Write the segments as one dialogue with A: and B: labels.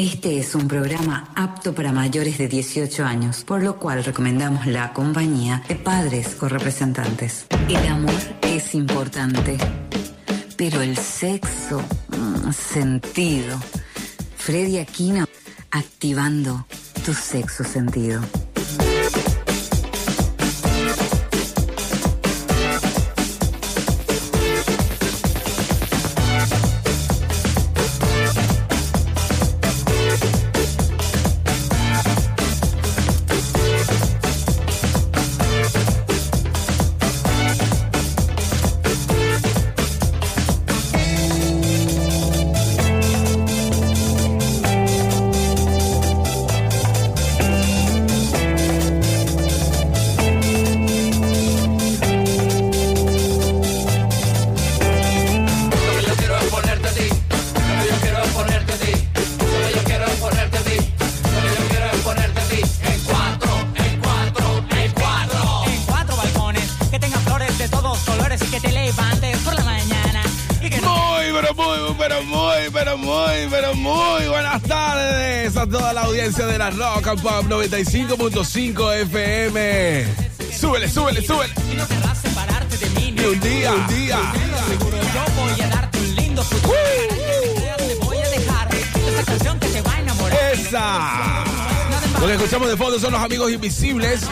A: Este es un programa apto para mayores de 18 años, por lo cual recomendamos la compañía de padres o representantes. El amor es importante, pero el sexo, mm, sentido. Freddy Aquino, activando tu sexo sentido.
B: Lo que yo quiero es ponerte a ti. Lo que yo quiero es ponerte a ti. Lo que yo quiero es ponerte a ti. Lo que yo quiero es ponerte a ti. En cuatro, en cuatro, en cuatro.
C: En cuatro balcones, que tenga flores de todos colores y que te levantes por la mañana. Y que no.
D: Muy, pero muy, pero muy, pero muy, pero muy buenas tardes a toda la audiencia de la Rock and Pop 95.5 FM. Súbele, súbele, súbele.
C: Y no querrás separarte de mí. ni
D: Y un día,
C: nunca.
D: un día.
C: Seguro yo voy a darte un lindo futuro. Para que me creas, te voy a dejar esta canción que te va a enamorar.
D: Esa. Lo que escuchamos de fondo son los amigos invisibles.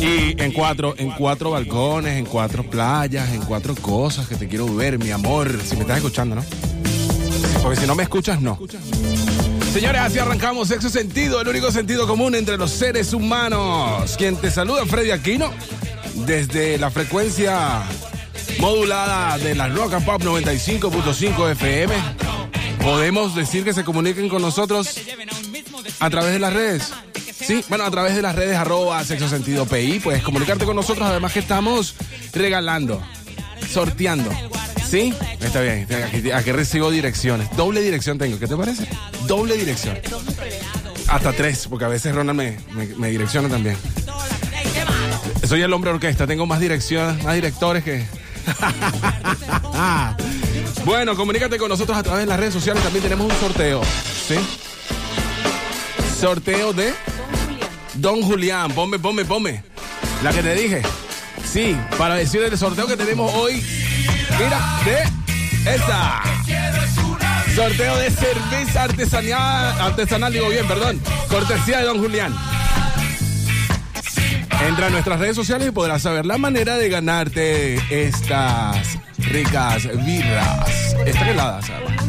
D: Y en cuatro, en cuatro balcones, en cuatro playas, en cuatro cosas que te quiero ver, mi amor. Si me estás escuchando, ¿no? Porque si no me escuchas, no. Señores, así arrancamos Sexo Sentido, el único sentido común entre los seres humanos. Quien te saluda, Freddy Aquino, desde la frecuencia modulada de la Rock and Pop 95.5 FM. Podemos decir que se comuniquen con nosotros
C: Lleven a un mismo destino.
D: a través de las redes. Sí, bueno, a través de las redes arroba sexo sentido PI, puedes comunicarte con nosotros, además que estamos regalando, sorteando. ¿Sí? Está bien, aquí, aquí recibo direcciones. Doble dirección tengo, ¿qué te parece? Doble dirección. Hasta tres, porque a veces Ronald me, me- me direcciona también. Soy el hombre orquesta, tengo más direcciones, más directores que... bueno, comunícate con nosotros a través de las redes sociales, también tenemos un sorteo. ¿Sí? Sorteo de Don Julián. Ponme, ponme, ponme. La que te dije. Sí, para decir el sorteo que tenemos hoy. Mira, de esta. Sorteo de cerveza artesanal, artesanal, digo bien, perdón. Cortesía de Don Julián. Entra a nuestras redes sociales y podrás saber la manera de ganarte estas ricas birras. Estreladas, además.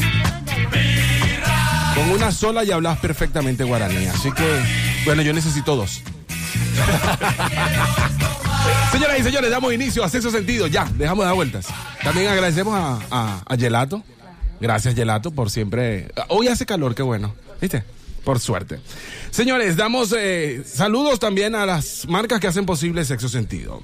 D: Con una sola y hablas perfectamente guaraní. Así que, bueno, yo necesito dos. Señoras y señores, damos inicio a Sexo Sentido. Ya, dejamos de dar vueltas. También agradecemos a, a, a Gelato. Gracias, Gelato, por siempre. Hoy hace calor, qué bueno. ¿Viste? Por suerte. Señores, damos eh, saludos también a las marcas que hacen posible Sexo Sentido.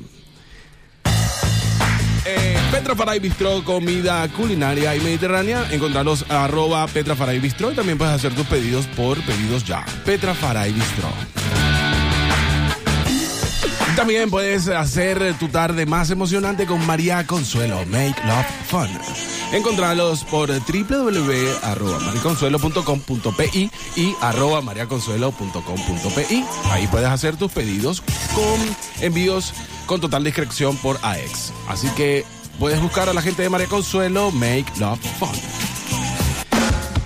D: Eh, Petra Faray Bistro, comida culinaria y mediterránea. Encontralos arroba Petra Faray Bistro y también puedes hacer tus pedidos por pedidos ya. Petra Faray Bistro. También puedes hacer tu tarde más emocionante con María Consuelo. Make Love Fun. Encontralos por www.mariaconsuelo.com.pi y arroba mariaconsuelo.com.pi. Ahí puedes hacer tus pedidos con envíos con total discreción por AEX. Así que puedes buscar a la gente de María Consuelo Make Love Fun.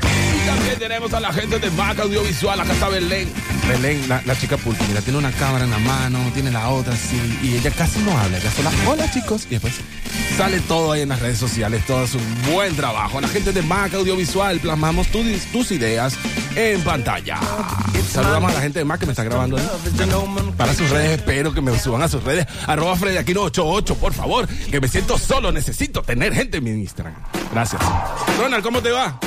D: Y también tenemos a la gente de Mac Audiovisual, acá está Belén. Belén, la, la chica pulpo, mira, tiene una cámara en la mano, tiene la otra así, y ella casi no habla, ella sola, hola chicos, y después sale todo ahí en las redes sociales, todo es un buen trabajo. La gente de Mac Audiovisual, plasmamos tu- tus ideas en pantalla. Saludamos a la gente de Mac que me está grabando ahí. Para sus redes, espero que me suban a sus redes, arroba Freddy Aquino 88, por favor, que me siento solo, necesito tener gente en mi Instagram. Gracias. Ronald, ¿cómo te va?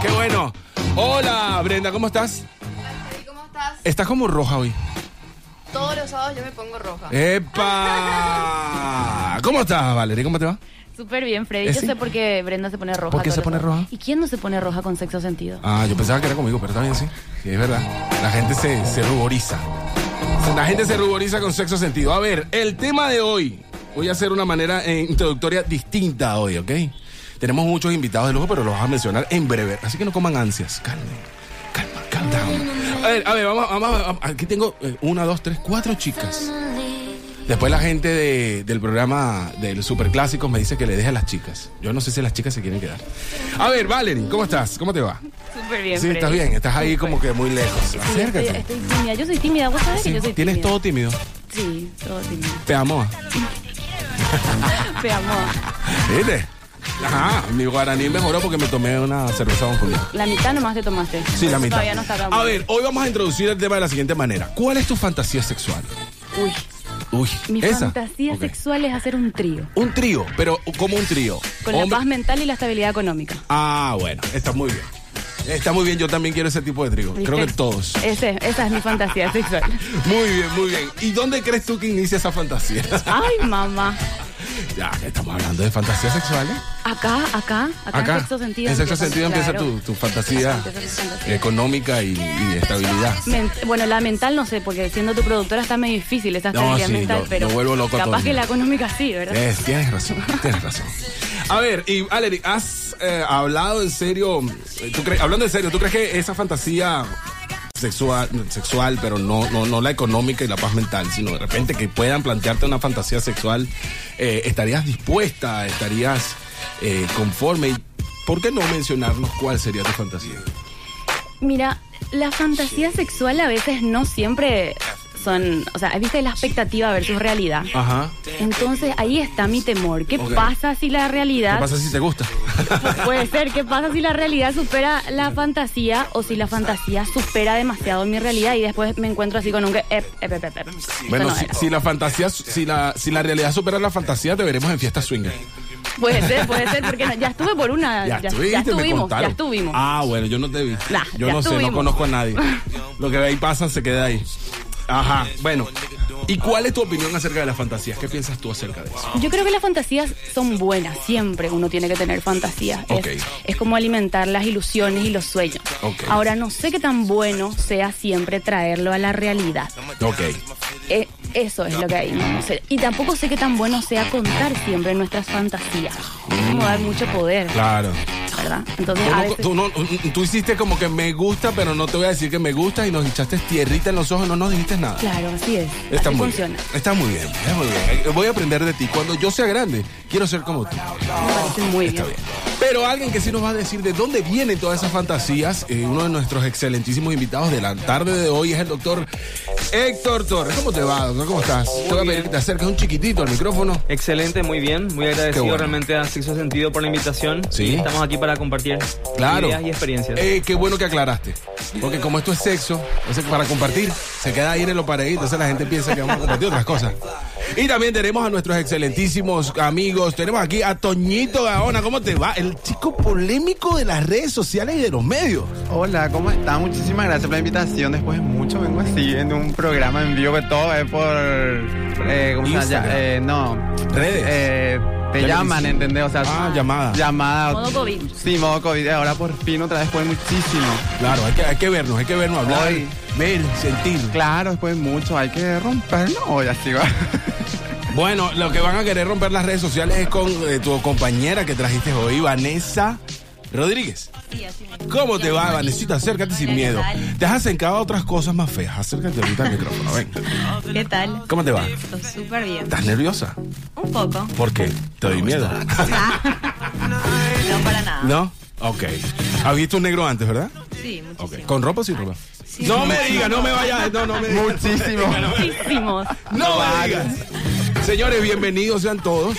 D: Qué bueno. Hola, Brenda, ¿cómo estás?
E: Ay, ¿Cómo estás?
D: Estás como roja hoy.
E: Todos los sábados yo me pongo roja.
D: ¡Epa! ¿Cómo estás, Valeria? ¿Cómo te va?
F: Súper bien, Freddy.
D: Eh,
F: Yo
D: sí.
F: sé por qué Brenda se pone roja.
D: ¿Por qué
F: todos
D: se
F: los
D: pone
F: sábados.
D: roja?
F: ¿Y quién no se pone roja con sexo sentido?
D: Ah, yo pensaba que era conmigo, pero también sí. Sí, es verdad. La gente se, se ruboriza. La gente se ruboriza con sexo sentido. A ver, el tema de hoy. Voy a hacer una manera eh, introductoria distinta hoy, ¿ok? Tenemos muchos invitados de lujo, pero los vas a mencionar en breve. Así que no coman ansias. Calmen. Calma, calm down. A ver, a ver, vamos, vamos. vamos. Aquí tengo eh, una, dos, tres, cuatro chicas. Después la gente de- del programa del Superclásicos me dice que le deje a las chicas. Yo no sé si las chicas se quieren quedar. A ver, Valerie, ¿cómo estás? ¿Cómo te va?
F: Súper bien,
D: Sí,
F: Freddy.
D: estás bien, estás ahí
F: Súper.
D: como que muy lejos.
F: Sí, estoy,
D: Acércate.
F: estoy tímida. Yo soy tímida. ¿Vos sabés que yo soy tímida?
D: Tienes todo tímido.
F: Sí, todo tímido.
D: Te amo.
F: Te amo.
D: ¿Viste? Ajá, mi guaraní mejoró porque me tomé una cerveza con Julián.
F: La mitad nomás te tomaste.
D: Sí, la
F: Eso
D: mitad.
F: Todavía no está tan
D: A
F: bueno.
D: ver, hoy vamos a introducir el tema de la siguiente manera. ¿Cuál es tu fantasía sexual?
F: Uy,
D: Uy,
F: mi
D: esa.
F: fantasía
D: Ok.
F: sexual es hacer un trío.
D: Un trío, pero como un trío.
F: Con
D: Hombre-
F: la paz mental y la estabilidad económica.
D: Ah, bueno, está muy bien. Está muy bien, yo también quiero ese tipo de trío.
F: ¿Viste?
D: Creo que todos.
F: Ese, esa es mi fantasía sexual.
D: Muy bien, muy bien. ¿Y dónde crees tú que inicia esa fantasía?
F: Ay, mamá.
D: ya, que estamos hablando de fantasías sexuales.
F: Acá, acá, acá, en sexto sentido.
D: En sexto
F: empieza,
D: sentido empieza
F: claro.
D: tu, tu fantasía
F: Acá empieza mi fantasía.
D: económica y, y de estabilidad.
F: Men- bueno, la mental no sé, porque siendo tu productora está medio difícil esa
D: No,
F: estabilidad
D: sí,
F: mental,
D: yo-
F: pero
D: yo vuelvo loco a todo
F: capaz
D: el
F: que
D: mundo.
F: la económica sí, ¿verdad?
D: Es- tienes razón, tienes razón. A ver, y Valerie, ¿has eh, hablado en serio? eh, ¿tú crees- hablando en serio, ¿tú crees que esa fantasía sexual, sexual pero no, no, no la económica y la paz mental, sino de repente que puedan plantearte una fantasía sexual, eh, ¿estarías dispuesta? ¿Estarías eh, conforme? ¿Y ¿Por qué no mencionarnos cuál sería tu fantasía?
F: Mira, la fantasía sexual a veces no siempre son, o sea, viste la expectativa versus realidad.
D: Ajá.
F: Entonces ahí está mi temor. ¿Qué
D: Ok.
F: pasa si la
D: ¿Qué
F: realidad
D: pasa si te gusta?
F: Puede ser, ¿qué pasa si la realidad supera la fantasía o si la fantasía supera demasiado mi realidad y después me encuentro así con un... que- ep, ep, ep, ep, ep. Esto
D: Bueno,
F: no
D: si,
F: era.
D: si la fantasía, si la, si la realidad supera la fantasía, te veremos en fiesta swinger.
F: Puede ser, puede ser, porque no, ya estuve por una... Ah,
D: Ya,
F: ya- ya
D: estuviste, me
F: estuvimos, ya
D: contaron.
F: estuvimos.
D: Ah, bueno, yo no te vi.
F: Nah,
D: yo
F: ya
D: no sé, no
F: estuvimos.
D: conozco a nadie. Lo que ahí pasa se queda ahí. Ajá, bueno. ¿Y cuál es tu opinión acerca de las fantasías? ¿Qué piensas tú acerca de eso?
F: Yo creo que las fantasías son buenas, siempre uno tiene que tener fantasías. Es-
D: Ok.
F: Es, como alimentar las ilusiones y los sueños.
D: Ok.
F: Ahora, no sé qué tan bueno sea siempre traerlo a la realidad.
D: Ok.
F: Eh, eso es lo que hay. no sé. Y tampoco sé qué tan bueno sea contar siempre nuestras fantasías. Es como dar mucho poder,
D: Claro.
F: ¿verdad?
D: Tú,
F: Entonces, a
D: no-
F: veces,
D: tú no- tú hiciste como que me gusta, pero no te voy a decir que me gusta y nos echaste tierrita en los ojos, no nos dijiste nada.
F: claro, así es.
D: Está
F: así
D: muy
F: funciona.
D: bien. Está muy bien. Está muy bien. Voy a aprender de ti. Cuando yo sea grande, quiero ser como tú.
F: Me parece muy bien.
D: Pero alguien que sí nos va a decir de dónde vienen todas esas fantasías, eh, uno de nuestros excelentísimos invitados de la tarde de hoy es el doctor Héctor Torres. ¿Cómo te va, doctor? ¿Cómo estás? Te voy a pedir que te acerques un chiquitito al micrófono.
G: Excelente, muy bien, muy
D: Qué
G: agradecido
D: bueno.
G: realmente a Sexo Sentido por la invitación.
D: Sí.
G: Y Estamos aquí para compartir
D: Claro.
G: ideas y experiencias.
D: Eh, qué bueno que aclaraste. Porque como esto es sexo, es para compartir, se queda ahí en los paredes, entonces la gente piensa que vamos a compartir otras cosas. Y también tenemos a nuestros excelentísimos amigos. Tenemos aquí a Toñito Gaona. ¿Cómo te va? El chico polémico de las redes sociales y de los medios.
H: Hola, ¿cómo está? Muchísimas gracias por la invitación. Después de mucho vengo así en un programa en vivo que todo es por... eh, ¿Cómo se llama?
D: Instagram.
H: Ya, eh, no.
D: Redes.
H: Eh, te
D: Televisión.
H: llaman, ¿entendés? O sea,
D: Ah, llamada.
H: Llamada.
F: Modo COVID.
H: Sí, modo COVID. Ahora por fin otra vez fue muchísimo.
D: Claro, hay que, hay que vernos, hay que vernos hablar,
H: Hoy.
D: ver, sentir.
H: Claro, después mucho. Hay que romperlo. Hoy así va.
D: Bueno, lo que van a querer romper las redes sociales es con eh, tu compañera que trajiste hoy, Vanessa Rodríguez. ¿Cómo te va, Vanesita? Acércate sin miedo. Te has acercado a otras cosas más feas. Acércate ahorita al micrófono, ven.
I: ¿Qué tal?
D: ¿Cómo te va?
I: Súper bien.
D: ¿Estás nerviosa?
I: Un poco.
D: ¿Por qué? ¿Te doy miedo?
I: No para nada.
D: ¿No? Ok. ¿Has visto un negro antes, verdad?
I: Sí,
D: Ok.
I: muchísimo.
D: ¿Con ropa o sin ropa?
I: Sí.
D: No me digas, no me vayas. No, no me digas.
H: muchísimo.
F: Muchísimos.
D: No me digas. Señores, bienvenidos sean todos.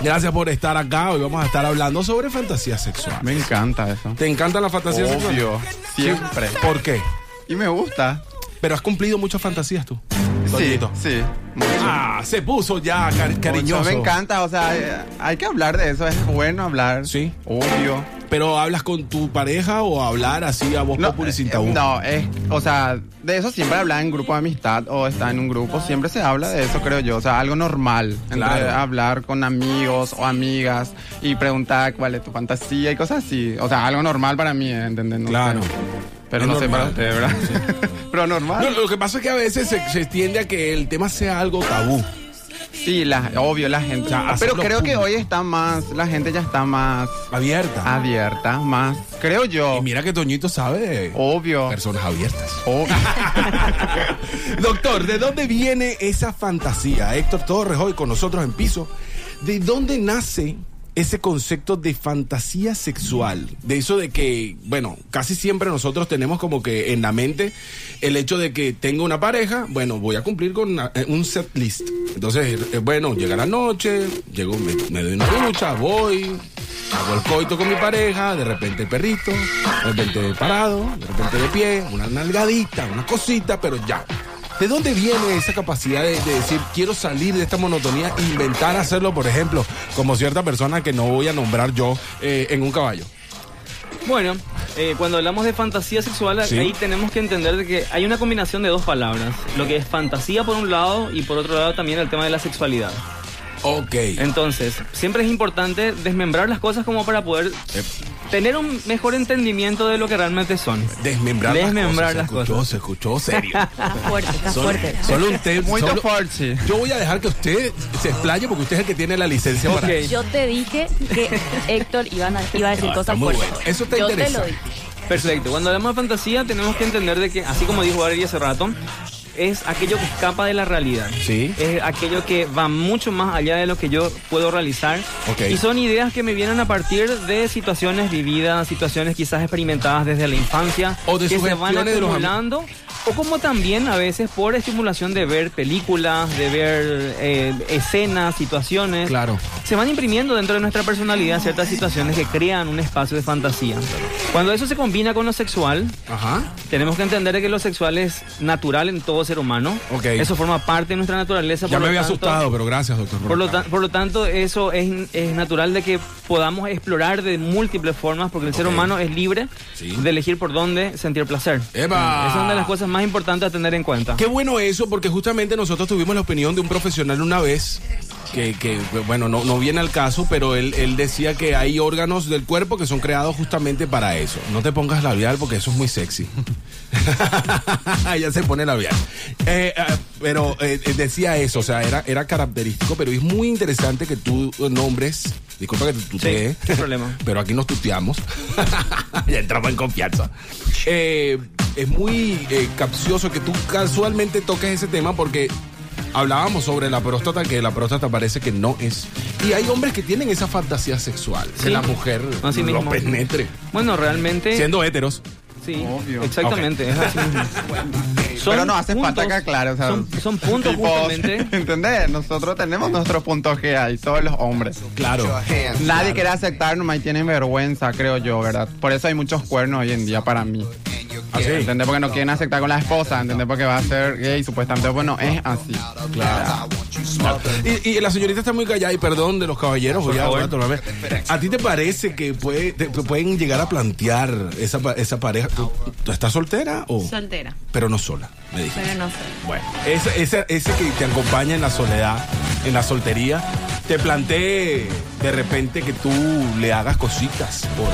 D: Gracias por estar acá. Hoy vamos a estar hablando sobre fantasía sexual.
H: Me encanta eso.
D: ¿Te encantan las fantasías sexuales?
H: Obvio. Siempre.
D: ¿Por qué?
H: Y me gusta.
D: Pero has cumplido muchas fantasías tú.
H: Sí,
D: Toñito.
H: sí. Mucho.
D: Ah, se puso ya cari- cariñoso.
H: Me encanta, o sea, eh, hay que hablar de eso, es bueno hablar.
D: Sí.
H: Obvio.
D: Pero hablas con tu pareja o hablar así a voz popular y sin
H: eh,
D: tabú.
H: no, es, o sea, de eso siempre habla en grupo de amistad o está en un grupo, siempre se habla de eso, creo yo, o sea, algo normal. Entre
D: Claro.
H: hablar con amigos o amigas y preguntar cuál es tu fantasía y cosas así. O sea, algo normal para mí, ¿eh? ¿entendés? No sé.
D: Claro.
H: Pero
D: Es
H: no sé para
D: normal.
H: usted, ¿verdad? Pero normal.
D: No, lo que pasa es que a veces se, se tiende a que el tema sea algo tabú.
H: Sí, la, obvio, la gente.
D: O sea,
H: pero
D: hacerlo
H: creo que
D: público.
H: hoy está más, la gente ya está más
D: Abierta.
H: abierta, más, creo yo.
D: Y mira que Toñito sabe de
H: Obvio.
D: personas abiertas.
H: obvio.
D: Doctor, ¿de dónde viene esa fantasía? Héctor Torres hoy con nosotros en piso. ¿De dónde nace ese concepto de fantasía sexual? De eso de que, bueno, casi siempre nosotros tenemos como que en la mente el hecho de que tengo una pareja, bueno, voy a cumplir con una- eh, un set list. Entonces, eh, bueno, llega la noche, llego, me, me doy una ducha, voy, hago el coito con mi pareja, de repente perrito, de repente parado, de repente de pie, una nalgadita, una cosita, pero ya. ¿De dónde viene esa capacidad de, de decir quiero salir de esta monotonía e inventar hacerlo, por ejemplo, como cierta persona que no voy a nombrar yo eh, en un caballo?
G: Bueno, eh, cuando hablamos de fantasía sexual,
D: Sí.
G: ahí tenemos que entender de que hay una combinación de dos palabras. Lo que es fantasía por un lado y por otro lado también el tema de la sexualidad.
D: Ok.
G: Entonces, siempre es importante desmembrar las cosas como para poder
D: Eh,
G: tener un mejor entendimiento de lo que realmente son.
D: Desmembrar,
G: Desmembrar
D: las
G: las
D: cosas. Se escuchó, se escuchó serio.
I: Está fuerte, está
D: Solo-
I: fuerte.
D: Solo un tema.
H: Muy
D: solo-
H: fuerte.
D: Yo voy a dejar que usted se explaye porque usted es el que tiene la licencia para
G: Ok.
F: Yo te dije que Héctor iba a, iba a decir
D: No, está
F: cosas
D: muy
F: fuertes.
D: bueno. Eso te
F: Yo
D: interesa.
F: te lo dije.
G: Perfecto. Cuando hablamos de fantasía, tenemos que entender de que, así como dijo Ari hace rato, es aquello que escapa de la realidad.
D: Sí.
G: Es aquello que va mucho más allá de lo que yo puedo realizar.
D: Ok.
G: Y son ideas que me vienen a partir de situaciones vividas, situaciones quizás experimentadas desde la infancia.
D: O de
G: que se van
D: sugestiones de los am-
G: acumulando. O como también a veces por estimulación de ver películas, de ver eh, escenas, situaciones.
D: Claro.
G: Se van imprimiendo dentro de nuestra personalidad ciertas situaciones que crean un espacio de fantasía. Cuando eso se combina con lo sexual,
D: Ajá.
G: tenemos que entender que lo sexual es natural en todo ser humano.
D: Ok.
G: Eso forma parte de nuestra naturaleza.
D: Ya
G: por
D: me
G: lo
D: había
G: tanto-
D: asustado, pero gracias, doctor.
G: Por lo,
D: tanto
G: tan- por lo tanto, eso es, es natural de que podamos explorar de múltiples formas, porque el ser
D: Ok.
G: humano es libre
D: Sí.
G: de elegir por dónde sentir placer.
D: ¡Epa!
G: Esa es una de las cosas más importantes a tener en cuenta.
D: Qué bueno eso, porque justamente nosotros tuvimos la opinión de un profesional una vez, que, que, bueno, no, no viene al caso, pero él, él decía que hay órganos del cuerpo que son creados justamente para eso. No te pongas labial porque eso es muy sexy. ya se pone labial. Eh, ah, pero eh, eh, decía eso, o sea, era, era característico, pero es muy interesante que tú nombres, disculpa que te tutee,
G: no hay problema.
D: pero aquí nos tuteamos. ya entramos en confianza. Eh, es muy eh, capcioso que tú casualmente toques ese tema porque hablábamos sobre la próstata, que la próstata parece que no es. Y hay hombres que tienen esa fantasía sexual, que
G: Sí.
D: la mujer
G: Así
D: lo
G: mismo.
D: penetre.
G: Bueno, realmente...
D: Siendo héteros.
G: Sí,
H: Obvio.
G: exactamente. Es así mismo. Son
H: Pero no hace falta
G: puntos-
H: que aclare. O sea,
G: son, son puntos
H: tipo,
G: justamente.
H: ¿Entendés? Nosotros tenemos nuestros puntos G ahí, todos los hombres.
D: Claro.
H: Nadie quiere aceptar, nomás y tienen vergüenza, creo yo, ¿verdad? Por eso hay muchos cuernos hoy en día para mí.
D: Así.
H: ¿Entendés? Porque no quieren aceptar con la esposa, ¿entendés? Porque va a ser gay, supuestamente, bueno, es así.
D: Y, y la señorita está muy callada y perdón de los caballeros. voy a-
G: favor.
D: voy a tomarme. ¿A ti te parece que puede, te- te pueden llegar a plantear esa, pa- esa pareja? ¿Tú, tú estás soltera o?
I: Soltera,
D: pero no sola, Uh, me dijiste.
I: pero no sé.
D: Bueno, ese, ese, ese que te acompaña en la soledad, en la soltería, te planteé de repente que tú le hagas cositas por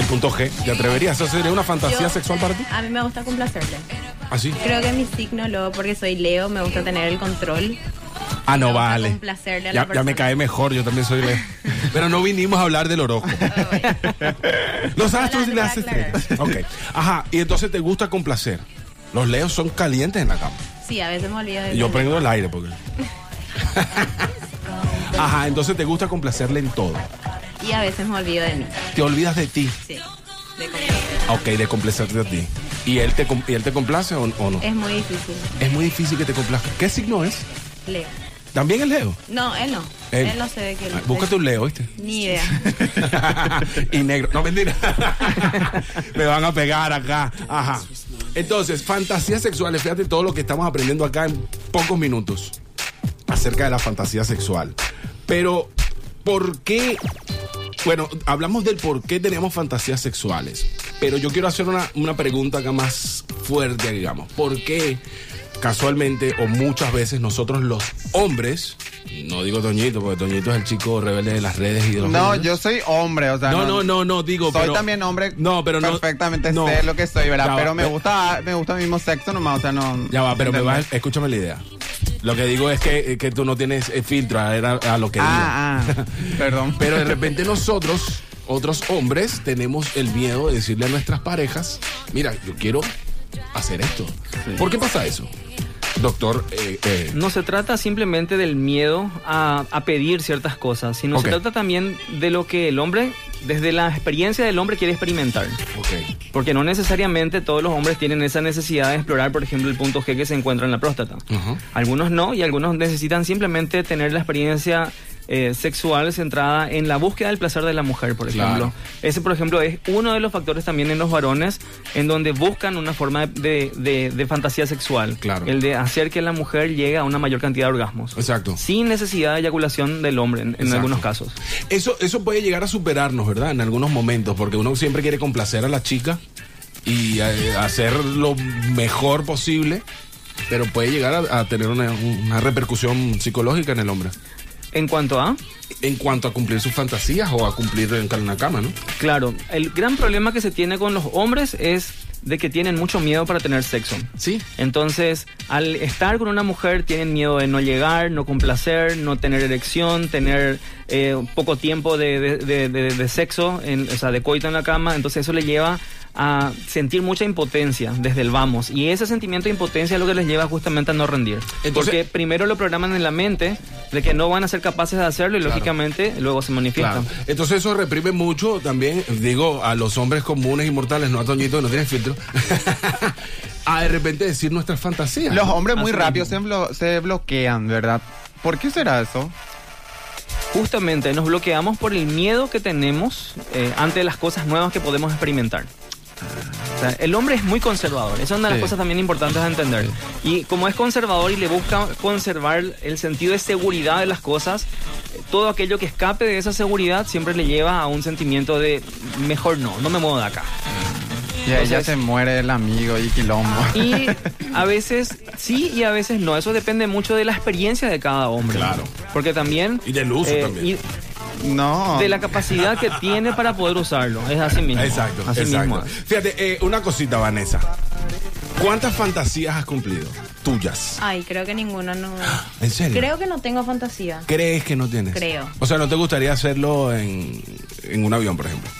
D: el punto G. ¿Te atreverías? ¿Eso sería una fantasía
I: Yo-
D: sexual para ti? ¿Ah,
I: A mí me gusta complacerle.
D: ¿Así?
I: Creo que mi signo, luego, porque soy Leo, me gusta tener el control.
D: Ah, no,
I: Me gusta
D: vale.
I: complacerle a la
D: Ya, ya me
I: persona.
D: cae mejor, yo también soy Leo. Pero no vinimos a hablar del orojo.
I: Ah,
D: Los astros y
I: Hola,
D: las
I: te voy a aclarar.
D: estrellas. Ok. Ajá, y entonces te gusta complacer. Los leos son calientes en la cama.
I: Sí, a veces me olvido de
D: Yo prendo el aire porque. Ajá, entonces te gusta complacerle en todo.
I: Y a veces me olvido de mí.
D: Te olvidas de ti.
I: Sí. de complacer.
D: Ok, de complacerte a ti. ¿Y él te, com- y él te complace o, o no?
I: Es muy difícil.
D: Es muy difícil que te complazca. ¿Qué signo es?
I: Leo.
D: ¿También es Leo?
I: No, él no.
D: Él.
I: Él, no se ve que
D: Ah, Búscate un Leo, ¿viste?
I: Ni idea.
D: y negro. No, mentira. Me van a pegar acá. Ajá. Entonces, fantasías sexuales. Fíjate todo lo que estamos aprendiendo acá en pocos minutos acerca de la fantasía sexual. Pero, ¿por qué? Bueno, hablamos del por qué tenemos fantasías sexuales. Pero yo quiero hacer una, una pregunta acá más fuerte, digamos. ¿Por qué casualmente o muchas veces nosotros los hombres, no digo Toñito, porque Toñito es el chico rebelde de las redes y de los
H: No,
D: medios.
H: yo soy hombre, o sea.
D: No, no, no, no, digo,
H: Soy
D: pero-
H: también hombre.
D: No, pero no-
H: Perfectamente
D: no.
H: sé lo que soy, ¿verdad?
D: Ya va,
H: pero me
D: ve-
H: gusta, me gusta el mismo sexo nomás, o sea, no.
D: Ya va, pero me
H: ¿entendés?
D: vas, escúchame la idea. Lo que digo es que, que tú no tienes eh, filtro a, a- a lo que
H: Ah,
D: digo.
H: ah, perdón.
D: Pero de repente nosotros, otros hombres, tenemos el miedo de decirle a nuestras parejas, mira, yo quiero hacer esto. ¿Por qué pasa eso? Doctor, eh, eh,
G: No se trata simplemente del miedo a, a pedir ciertas cosas, sino
D: Ok.
G: se trata también de lo que el hombre, desde la experiencia del hombre, quiere experimentar.
D: ok.
G: Porque no necesariamente todos los hombres tienen esa necesidad de explorar, por ejemplo, el punto G que se encuentra en la próstata.
D: Ujú.
G: Algunos no y algunos necesitan simplemente tener la experiencia eh, sexual centrada en la búsqueda del placer de la mujer, por
D: Claro.
G: ejemplo. Ese, por ejemplo, es uno de los factores también en los varones en donde buscan una forma de, de- de fantasía sexual.
D: Claro.
G: El de hacer que la mujer llegue a una mayor cantidad de orgasmos.
D: Exacto.
G: Sin necesidad de eyaculación del hombre en- en
D: Exacto.
G: algunos casos.
D: Eso, eso puede llegar a superarnos, ¿verdad? En algunos momentos, porque uno siempre quiere complacer a la chica y eh, hacer lo mejor posible, pero puede llegar a, a tener una, una repercusión psicológica en el hombre.
G: En cuanto a...
D: En cuanto a cumplir sus fantasías o a cumplir en una cama, ¿no?
G: Claro, el gran problema que se tiene con los hombres es de que tienen mucho miedo para tener sexo.
D: Sí.
G: Entonces, al estar con una mujer, tienen miedo de no llegar, no complacer, no tener erección, tener eh, poco tiempo de, de- de- de- de sexo, en- o sea, de coito en la cama. Entonces, eso le lleva a sentir mucha impotencia desde el vamos. Y ese sentimiento de impotencia es lo que les lleva justamente a no rendir.
D: Entonces-
G: Porque primero lo programan en la mente de que no van a ser capaces de hacerlo y,
D: Claro.
G: lógicamente, luego se manifiestan.
D: Claro. Entonces eso reprime mucho también, digo, a los hombres comunes y mortales, no a Toñito que no tiene filtro, a de repente decir nuestras fantasías.
H: Los hombres muy
G: Así
H: rápido se, blo- se bloquean, ¿verdad? ¿Por qué será eso?
G: Justamente nos bloqueamos por el miedo que tenemos eh, ante las cosas nuevas que podemos experimentar. O sea, el hombre es muy conservador, esa es una de las
H: Sí.
G: cosas también importantes a entender. Y como es conservador y le busca conservar el sentido de seguridad de las cosas, eh, todo aquello que escape de esa seguridad siempre le lleva a un sentimiento de mejor no, no me muevo de acá.
H: Y ahí ya
G: Entonces-
H: se muere el amigo y quilombo.
G: Y a veces sí y a veces no, eso depende mucho de la experiencia de cada hombre.
D: Claro.
G: Porque también... eh,
D: Y del uso también.
G: y-
H: No.
G: de la capacidad que tiene para poder usarlo. Es así mismo.
D: Exacto,
G: Así
D: exacto.
G: mismo.
D: Fíjate, eh, una cosita, Vanessa. ¿Cuántas fantasías has cumplido? Tuyas.
I: Ay, creo que ninguna no.
D: ¿En serio?
I: Creo que no tengo fantasía.
D: ¿Crees que no tienes?
I: Creo.
D: O sea, ¿no te gustaría hacerlo en, en un avión, por ejemplo?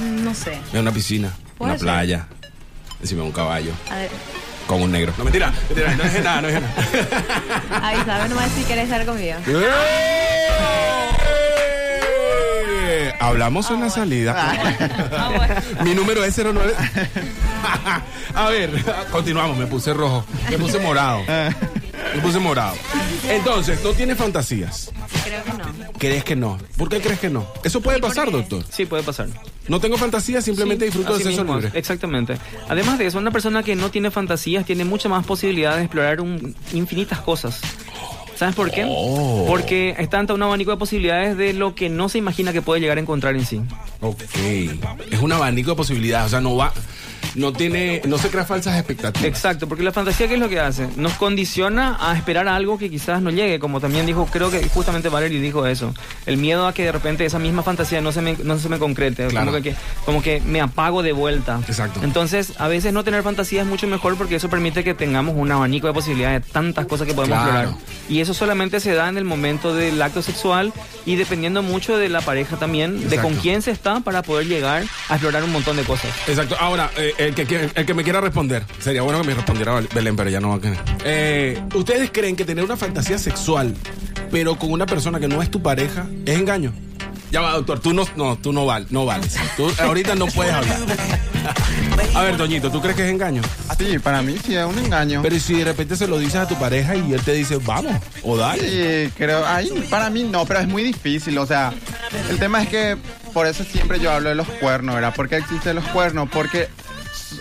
I: Mm, No sé.
D: En una piscina, en
I: Puede
D: una
I: ser.
D: playa, encima de un caballo,
I: A ver,
D: con un negro. No, mentira, mentira, no es nada, no es nada.
I: avísame nomás si quieres estar conmigo.
D: ¡Eh! Hablamos en la
I: Ah,
D: salida.
I: bueno.
D: Mi número es 09. A ver, continuamos. Me puse rojo. Me puse morado.
I: Ah.
D: Me puse morado. Entonces, no tiene fantasías.
I: Creo que no.
D: ¿Crees que no? ¿Por qué crees que no? Eso puede pasar, doctor.
G: Sí, puede pasar.
D: No tengo fantasías, simplemente
G: Sí,
D: disfruto del
G: así
D: sexo
G: mismo,
D: libre.
G: Exactamente. Además de eso, una persona que no tiene fantasías tiene mucha más posibilidad de explorar un- infinitas cosas. ¿Sabes por qué?
D: Oh.
G: Porque es tanto un abanico de posibilidades de lo que no se imagina que puede llegar a encontrar en sí.
D: Ok. Es un abanico de posibilidades. O sea, no va. No tiene. No se crea falsas expectativas.
G: Exacto, porque la fantasía, ¿qué es lo que hace? Nos condiciona a esperar algo que quizás no llegue, como también dijo, creo que justamente Valerie dijo eso. El miedo a que de repente esa misma fantasía no se me, no se me concrete,
D: Claro.
G: como, que, como que me apago de vuelta.
D: Exacto.
G: Entonces, a veces no tener fantasía es mucho mejor porque eso permite que tengamos un abanico de posibilidades, de tantas cosas que podemos
D: Claro.
G: explorar. Y eso solamente se da en el momento del acto sexual y dependiendo mucho de la pareja también, de
D: Exacto.
G: con quién se está para poder llegar a explorar un montón de cosas.
D: Exacto. Ahora, eh, el, que, quiera- el que me quiera responder, sería bueno que me respondiera Bel- Belén, pero ya no va a querer. Eh, ¿Ustedes creen que tener una fantasía sexual, pero con una persona que no es tu pareja, es engaño? Ya va, doctor, tú no, no, tú no, val, no vales. Tú ahorita no puedes hablar. A ver, Doñito, ¿tú crees que es engaño?
H: Sí, para mí sí es un engaño.
D: Pero ¿y si de repente se lo dices a tu pareja y él te dice, vamos, o dale.
H: Sí, creo, ahí para mí no, pero es muy difícil, o sea, el tema es que por eso siempre yo hablo de los cuernos, ¿verdad? ¿Por qué existen los cuernos? Porque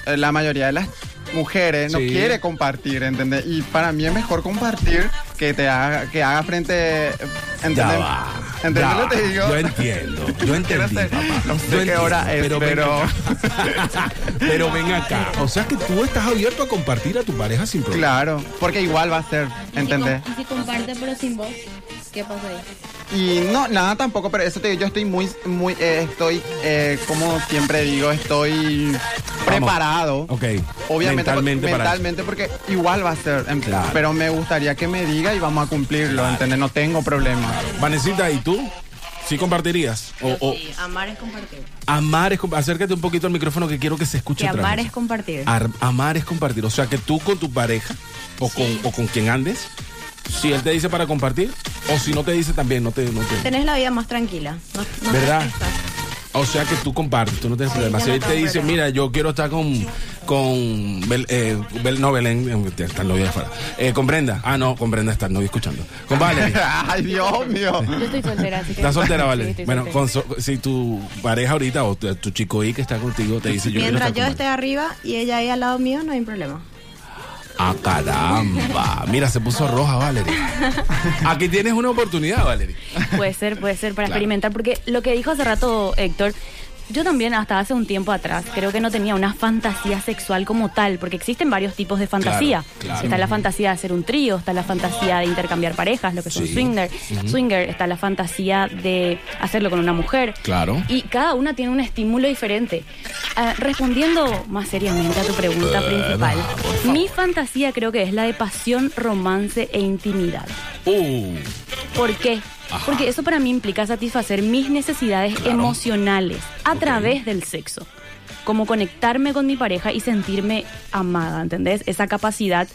H: eh, la mayoría de las mujeres no
D: Sí.
H: quiere compartir, ¿entendés? Y para mí es mejor compartir que te haga, que haga frente, ¿entendés?
D: Ya va.
H: ¿Entendés
D: ya
H: lo que
D: va.
H: te digo?
D: Yo entiendo. Yo entendí,
H: sé-
D: papá.
H: no
D: Yo
H: sé qué
D: entiendo,
H: hora es,
D: ven
H: pero-
D: acá. pero ven acá. O sea que tú estás abierto a compartir a tu pareja sin problema.
H: Claro, porque igual va a ser, ¿entendés?
J: Y si comparte pero sin voz, ¿qué pasa ahí?
H: Y no, nada tampoco, pero eso te digo, yo estoy muy, muy, eh, estoy, eh, como siempre digo, estoy preparado.
D: Ok.
H: Obviamente,
D: Mentalmente
H: mentalmente,
D: para-
H: porque igual va a ser, em,
D: Claro.
H: pero me gustaría que me diga y vamos a cumplirlo, ¿entendés? No tengo problema.
D: Vanesita, ¿y tú? ¿Sí compartirías? O, o-
I: Sí, amar es compartir.
D: amar es... comp- Acércate un poquito al micrófono que quiero que se escuche
I: Que
D: otra
I: amar
D: vez.
I: es compartir.
D: Ar- amar es compartir. O sea, que tú con tu pareja o, con, o con quien andes, si él te dice para compartir, o si no te dice también, no te... No te-
I: Tenés la vida más tranquila. No, no te
D: ¿Verdad?
I: estresas.
D: O sea que tú compartes, tú no tienes
I: Sí,
D: problema.
I: yo
D: Si
I: no
D: él te
I: tengo
D: dice,
I: problema.
D: mira, yo quiero estar con... con Bel- eh, Bel- no, Belén, eh, está el novio afuera. Eh, con Brenda. Ah, no, con Brenda está el novio escuchando. Con Valerie.
H: Ay, Dios mío.
F: Yo estoy soltera, así que.
D: ¿Estás soltera,
F: Sí,
D: Vale?
F: estoy
D: bueno,
F: soltera.
D: con so- si tu pareja ahorita o tu, tu chico ahí que está contigo te dice yo quiero
I: Mientras
D: estar
I: yo
D: con
I: esté arriba y ella ahí al lado mío, no hay problema.
D: Ah, caramba. Mira, se puso roja, Valerie. Aquí tienes una oportunidad, Valerie.
F: Puede ser, puede ser, para
D: Claro.
F: experimentar. Porque lo que dijo hace rato Héctor, yo también hasta hace un tiempo atrás creo que no tenía una fantasía sexual como tal, porque existen varios tipos de fantasía.
D: claro.
F: Está la fantasía de hacer un trío, está la fantasía de intercambiar parejas, lo que son
D: Sí.
F: swinger, swinger, está la fantasía de hacerlo con una mujer.
D: Claro.
F: Y cada una tiene un estímulo diferente. Ah, respondiendo más seriamente a tu
D: Eh,
F: pregunta principal, mi fantasía creo que es la de pasión, romance e intimidad.
D: Uh,
F: ¿Por qué? Porque eso para mí implica satisfacer mis necesidades emocionales a través del sexo. Como conectarme con mi pareja y sentirme amada, ¿entendés? Esa capacidad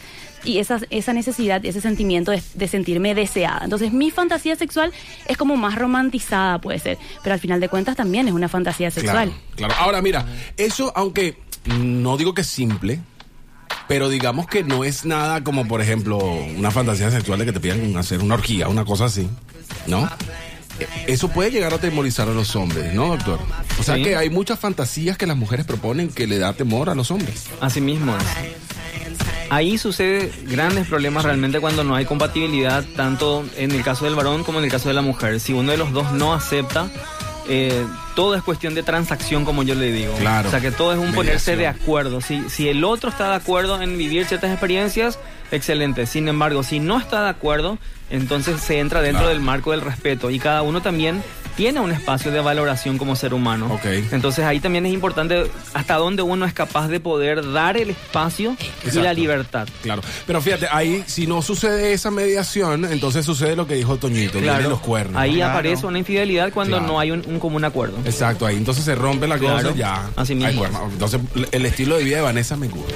F: y esa, esa necesidad, ese sentimiento de, de sentirme deseada. Entonces, mi fantasía sexual es como más romantizada, puede ser. Pero al final de cuentas también es una fantasía sexual.
D: claro, claro. Ahora, mira, eso, aunque no digo que es simple, pero digamos que no es nada como, por ejemplo, una fantasía sexual de que te pidan hacer una orgía, una cosa así, ¿no? Eh, Eso puede llegar a temorizar a los hombres, ¿no, doctor? O sea
G: Sí.
D: que hay muchas fantasías que las mujeres proponen que le da temor a los hombres.
G: Así mismo es. Ahí sucede grandes problemas realmente cuando no hay compatibilidad, tanto en el caso del varón como en el caso de la mujer. Si uno de los dos no acepta, eh, todo es cuestión de transacción, como yo le digo.
D: Claro.
G: O sea, que todo es un ponerse
D: Mediación.
G: de acuerdo. Si, si el otro está de acuerdo en vivir ciertas experiencias, excelente. Sin embargo, si no está de acuerdo, entonces se entra dentro
D: Claro.
G: del marco del respeto. Y cada uno también tiene un espacio de valoración como ser humano.
D: Ok.
G: Entonces ahí también es importante hasta dónde uno es capaz de poder dar el espacio y
D: Exacto.
G: la libertad.
D: Claro. Pero fíjate, ahí si no sucede esa mediación, entonces sucede lo que dijo Toñito, vienen los cuernos.
G: ahí
H: Claro.
G: aparece una infidelidad cuando
D: Claro.
G: no hay un, un común acuerdo.
D: Exacto, ahí entonces se rompe la
G: Claro.
D: cosa ya.
G: Así mismo.
D: hay cuernos. Entonces, el estilo de vida de Vanessa me gusta.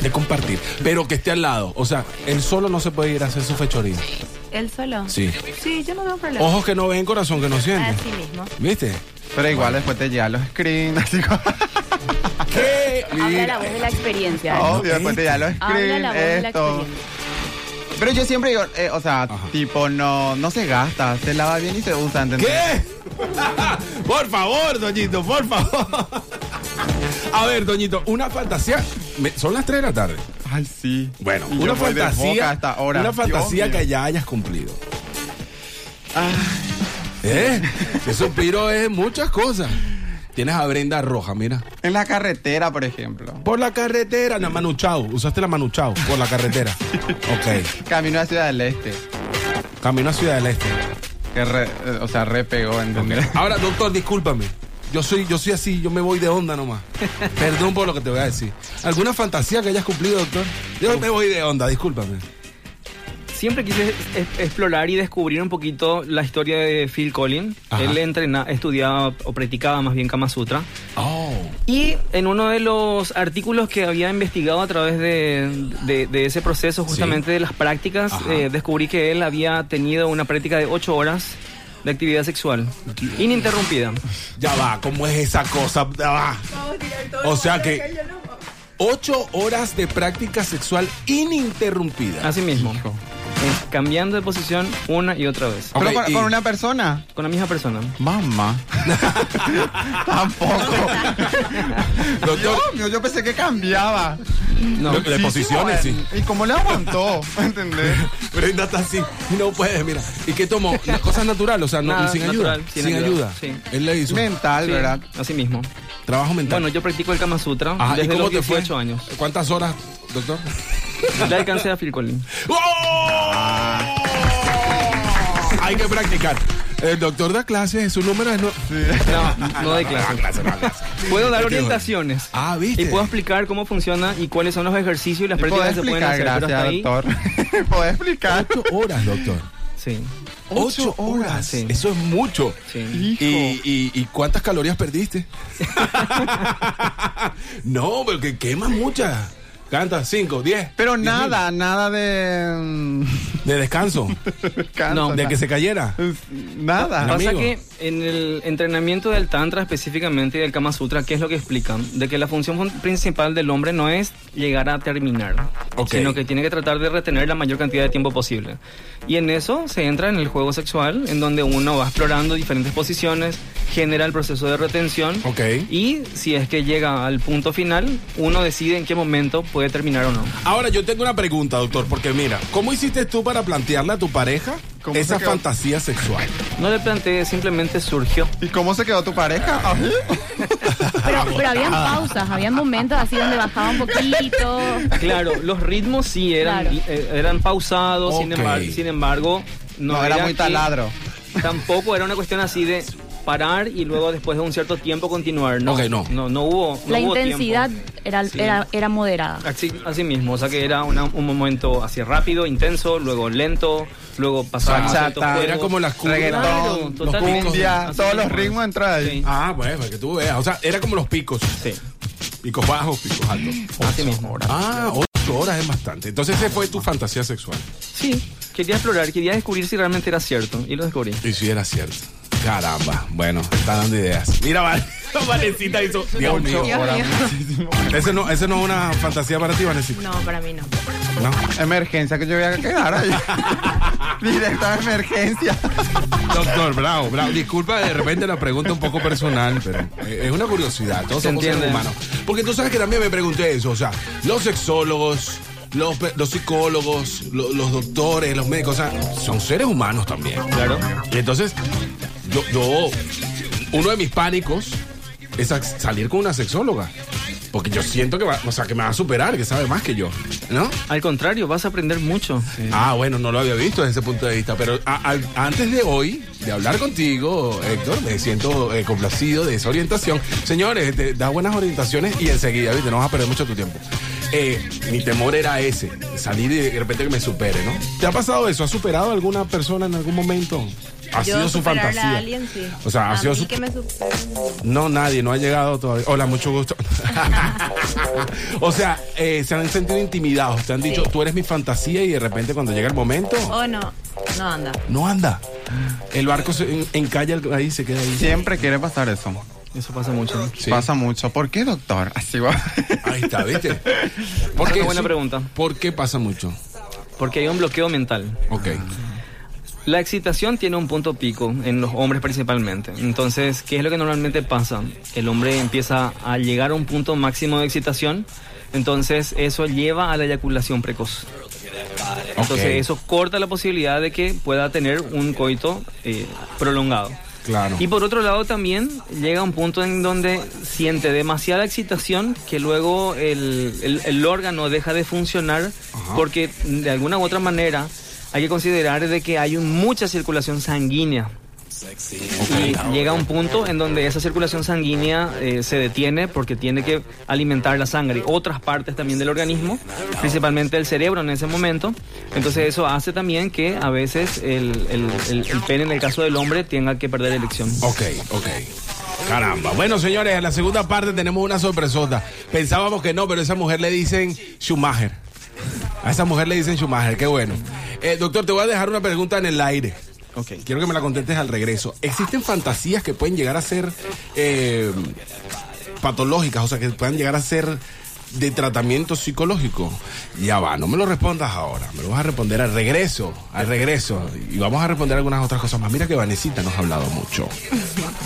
D: De compartir. Pero que esté al lado. O sea, él solo no se puede ir a hacer su fechoría.
I: ¿Él solo?
D: Sí.
I: Sí, yo no tengo problema.
D: Ojos que no ven, corazón que no siente.
I: Así mismo.
D: ¿Viste?
H: Pero igual después te llegan los screens, así como...
D: ¿Qué?
F: Habla la voz de la experiencia. ¿eh?
H: Obvio, pues después te llegan los
F: Habla la
H: screens,
F: voz de la
H: esto...
F: experiencia.
H: Pero yo siempre digo, eh, o sea, tipo, no, no se gasta, se lava bien y se usa, ¿entendés?
D: ¿Qué? por favor, Doñito, por favor. A ver, Doñito, una fantasía. Me- son las 3 de la tarde.
H: Ay, sí.
D: Bueno,
H: Y yo
D: una
H: voy de boca
D: fantasía.
H: hasta ahora.
D: Una
H: Dios
D: fantasía
H: mío. Ah.
D: que ya hayas cumplido. ¿Eh? Ese suspiro es muchas cosas. Tienes a Brenda Roja, mira.
H: En la carretera, por ejemplo.
D: Por la carretera, la Manuchao. Usaste la Manuchao por la carretera. Ok.
H: Camino a Ciudad del Este.
D: Camino a Ciudad del Este.
H: Que re- eh, o sea, re pegó, ¿entendés?
D: Ahora, doctor, discúlpame. Yo soy, yo soy así, yo me voy de onda nomás. Perdón por lo que te voy a decir. ¿Alguna fantasía que hayas cumplido, doctor? Yo me voy de onda, discúlpame.
G: Siempre quise es- explorar y descubrir un poquito la historia de Phil Collins.
D: Ajá.
G: Él entrena, estudiaba o practicaba más bien Kama Sutra.
D: Oh.
G: Y en uno de los artículos que había investigado a través de, de- de ese proceso, justamente de las prácticas,
D: Ajá.
G: eh, descubrí que él había tenido una práctica de ocho horas de actividad sexual ininterrumpida.
D: Ya va, ¿cómo es esa cosa? Ya va. O sea que ocho horas de práctica sexual ininterrumpida.
G: Así mismo. Eh, cambiando de posición una y otra vez.
H: Pero
D: Ok,
H: con,
D: y-
H: con una persona.
G: Con la misma persona.
H: Mamá. Tampoco.
D: Doctor,
H: Dios mío, yo pensé que cambiaba.
G: No.
D: de posiciones, sí.
H: bueno. ¿Y cómo le aguantó? ¿Entendés?
D: Brenda está así, no puede, mira. ¿Y qué tomó? Las cosas naturales, o sea, no,
G: Nada,
D: sin ayuda.
G: natural, sin ayuda, sí.
D: Él le hizo
H: Mental,
G: Sí,
H: ¿verdad?
G: así mismo.
D: trabajo mental.
G: Bueno, yo practico el Kama Sutra
D: Ajá,
G: desde los
D: fue?
G: 18 años.
D: ¿Cuántas horas, doctor?
G: Le alcancé a Phil Collins.
D: ¡Oh! Hay que practicar. El doctor da clases, su número es. No,
G: No, no doy clases.
D: no da clases.
G: Puedo dar
D: Qué bueno.
G: orientaciones.
D: Ah, ¿viste?
G: Y puedo explicar cómo funciona y cuáles son los ejercicios y las
H: ¿Puedo
G: prácticas que se pueden
H: explicar?
G: hacer. pero hasta
H: Gracias,
G: ahí-
H: doctor. ¿Puedo explicar?
D: Ocho horas, doctor.
G: Sí.
D: Ocho horas.
G: sí.
D: Eso es mucho.
G: Sí.
D: Y, y- y cuántas calorías perdiste? no, porque quema muchas. Canta, cinco, diez.
H: Pero
D: diez
H: nada, nada de... mm,
D: mil. De descanso.
H: no,
D: De que se cayera.
H: Nada.
D: Ami-
G: Pasa
D: Amigo.
G: que en el entrenamiento del Tantra específicamente y del Kama Sutra, ¿qué es lo que explican? De que la función fun- principal del hombre no es llegar a terminar,
D: Ok.
G: sino que tiene que tratar de retener la mayor cantidad de tiempo posible. Y en eso se entra en el juego sexual, en donde uno va explorando diferentes posiciones, genera el proceso de retención.
D: Ok.
G: Y si es que llega al punto final, uno decide en qué momento puede terminar o no.
D: Ahora yo tengo una pregunta, doctor, porque mira, ¿cómo hiciste tú para plantearle a tu pareja
H: ¿Cómo
D: esa
H: se quedó?
D: fantasía sexual?
G: No le planteé, simplemente surgió.
H: ¿Y cómo se quedó tu pareja?
G: Ah,
F: Pero, pero habían pausas, habían momentos así donde bajaba un poquito.
G: Claro, los ritmos sí eran,
F: Claro.
G: eh, eran pausados, sin,
D: Ok.
G: embargo, sin embargo, no,
H: No, era muy
G: que-
H: taladro.
G: Tampoco era una cuestión así de parar y luego después de un cierto tiempo continuar. No,
D: Ok, no.
G: no, no hubo. no
F: La
G: hubo
F: intensidad
G: tiempo.
F: era,
G: Sí.
F: era, era moderada.
G: Así, así mismo, o sea que era una- un momento así rápido, intenso, luego lento, luego pasaba
H: Bachata,
D: era como las curvas.
H: Reggaetón,
G: Claro,
H: los
G: totalmente.
H: cumbia,
G: Así
H: todos los
G: mismo.
H: ritmos entran ahí.
G: Sí.
D: Ah, bueno, para que tú veas. O sea, era como los picos.
G: Sí,
D: Picos bajos, picos altos.
G: así mismo.
D: Ah, ocho horas es bastante. Entonces, esa fue tu fantasía sexual.
G: Sí, quería explorar, quería descubrir si realmente era cierto y lo descubrí.
D: Y si era cierto. Caramba, bueno, está dando ideas. Mira, Val- Valecita hizo. Dios mío.
I: Dios mío.
D: Ese no, ese no es una fantasía para ti, Valecita.
I: No, para mí no.
D: No.
H: Emergencia que yo voy a quedar ahí. Directa de emergencia.
D: Doctor, bravo, bravo. Disculpa de repente la pregunta un poco personal, pero eh, es una curiosidad. Todos
G: Se
D: somos seres
G: entiende.
D: humanos. Porque tú sabes que también me pregunté eso. O sea, los sexólogos, los, pe- los psicólogos, lo- los doctores, los médicos, o sea, son seres humanos también.
G: Claro.
D: Y entonces, yo, yo- uno de mis pánicos es a- salir con una sexóloga. Porque yo siento que va, o sea, que me va a superar, que sabe más que yo, ¿no?
G: Al contrario, vas a aprender mucho.
D: Ah, bueno, no lo había visto desde ese punto de vista, pero a- al- antes de hoy, de hablar contigo, Héctor, me siento eh, complacido de esa orientación. Señores, te da buenas orientaciones y enseguida, ¿viste? No vas a perder mucho tu tiempo. Eh, mi temor era ese, salir y de repente que me supere, ¿no? ¿Te ha pasado eso? ¿Ha superado a alguna persona en algún momento? ¿Ha sido su
I: superarla
D: fantasía?
I: a alguien, sí.
D: O sea, ha
I: A
D: sido
I: mí
D: su...
I: que me supere.
D: No, nadie, no ha llegado todavía. Hola, mucho gusto. o sea, eh, se han sentido intimidados, te han dicho, tú eres mi fantasía y de repente cuando llega el momento...
I: Oh, no. No anda.
D: No anda. El barco se en- encalla el- ahí, se queda ahí.
H: Siempre quiere pasar eso.
G: Eso pasa mucho.
D: Sí.
H: Pasa mucho. ¿Por qué, doctor? Así va.
D: Ahí está, ¿viste?
G: Una
D: qué?
G: buena
D: Sí.
G: pregunta.
D: ¿Por qué pasa mucho?
G: Porque hay un bloqueo mental.
D: Ok.
G: La excitación tiene un punto pico en los hombres principalmente. Entonces, ¿qué es lo que normalmente pasa? El hombre empieza a llegar a un punto máximo de excitación, entonces eso lleva a la eyaculación precoz. Entonces,
D: Ok.
G: eso corta la posibilidad de que pueda tener un coito eh, prolongado.
D: Claro.
G: Y por otro lado también llega un punto en donde siente demasiada excitación que luego el, el- el órgano deja de funcionar porque de alguna u otra manera hay que considerar de que hay un- mucha circulación sanguínea. Y llega un punto en donde esa circulación sanguínea eh, se detiene porque tiene que alimentar la sangre, otras partes también del organismo, principalmente el cerebro en ese momento. Entonces eso hace también que a veces el, el, el- el pene, en el caso del hombre, tenga que perder elección.
D: Ok, ok. Caramba. Bueno, señores, en la segunda parte tenemos una sorpresota. Pensábamos que no, pero a esa mujer le dicen Schumacher. A esa mujer le dicen Schumacher, qué bueno. Eh, doctor, te voy a dejar una pregunta en el aire.
G: Ok.
D: Quiero que me la contestes al regreso. ¿Existen fantasías que pueden llegar a ser eh, patológicas? O sea, que puedan llegar a ser de tratamiento psicológico. Ya va, no me lo respondas ahora. Me lo vas a responder al regreso. Al regreso. Y vamos a responder algunas otras cosas más. Mira que Vanesita nos ha hablado mucho.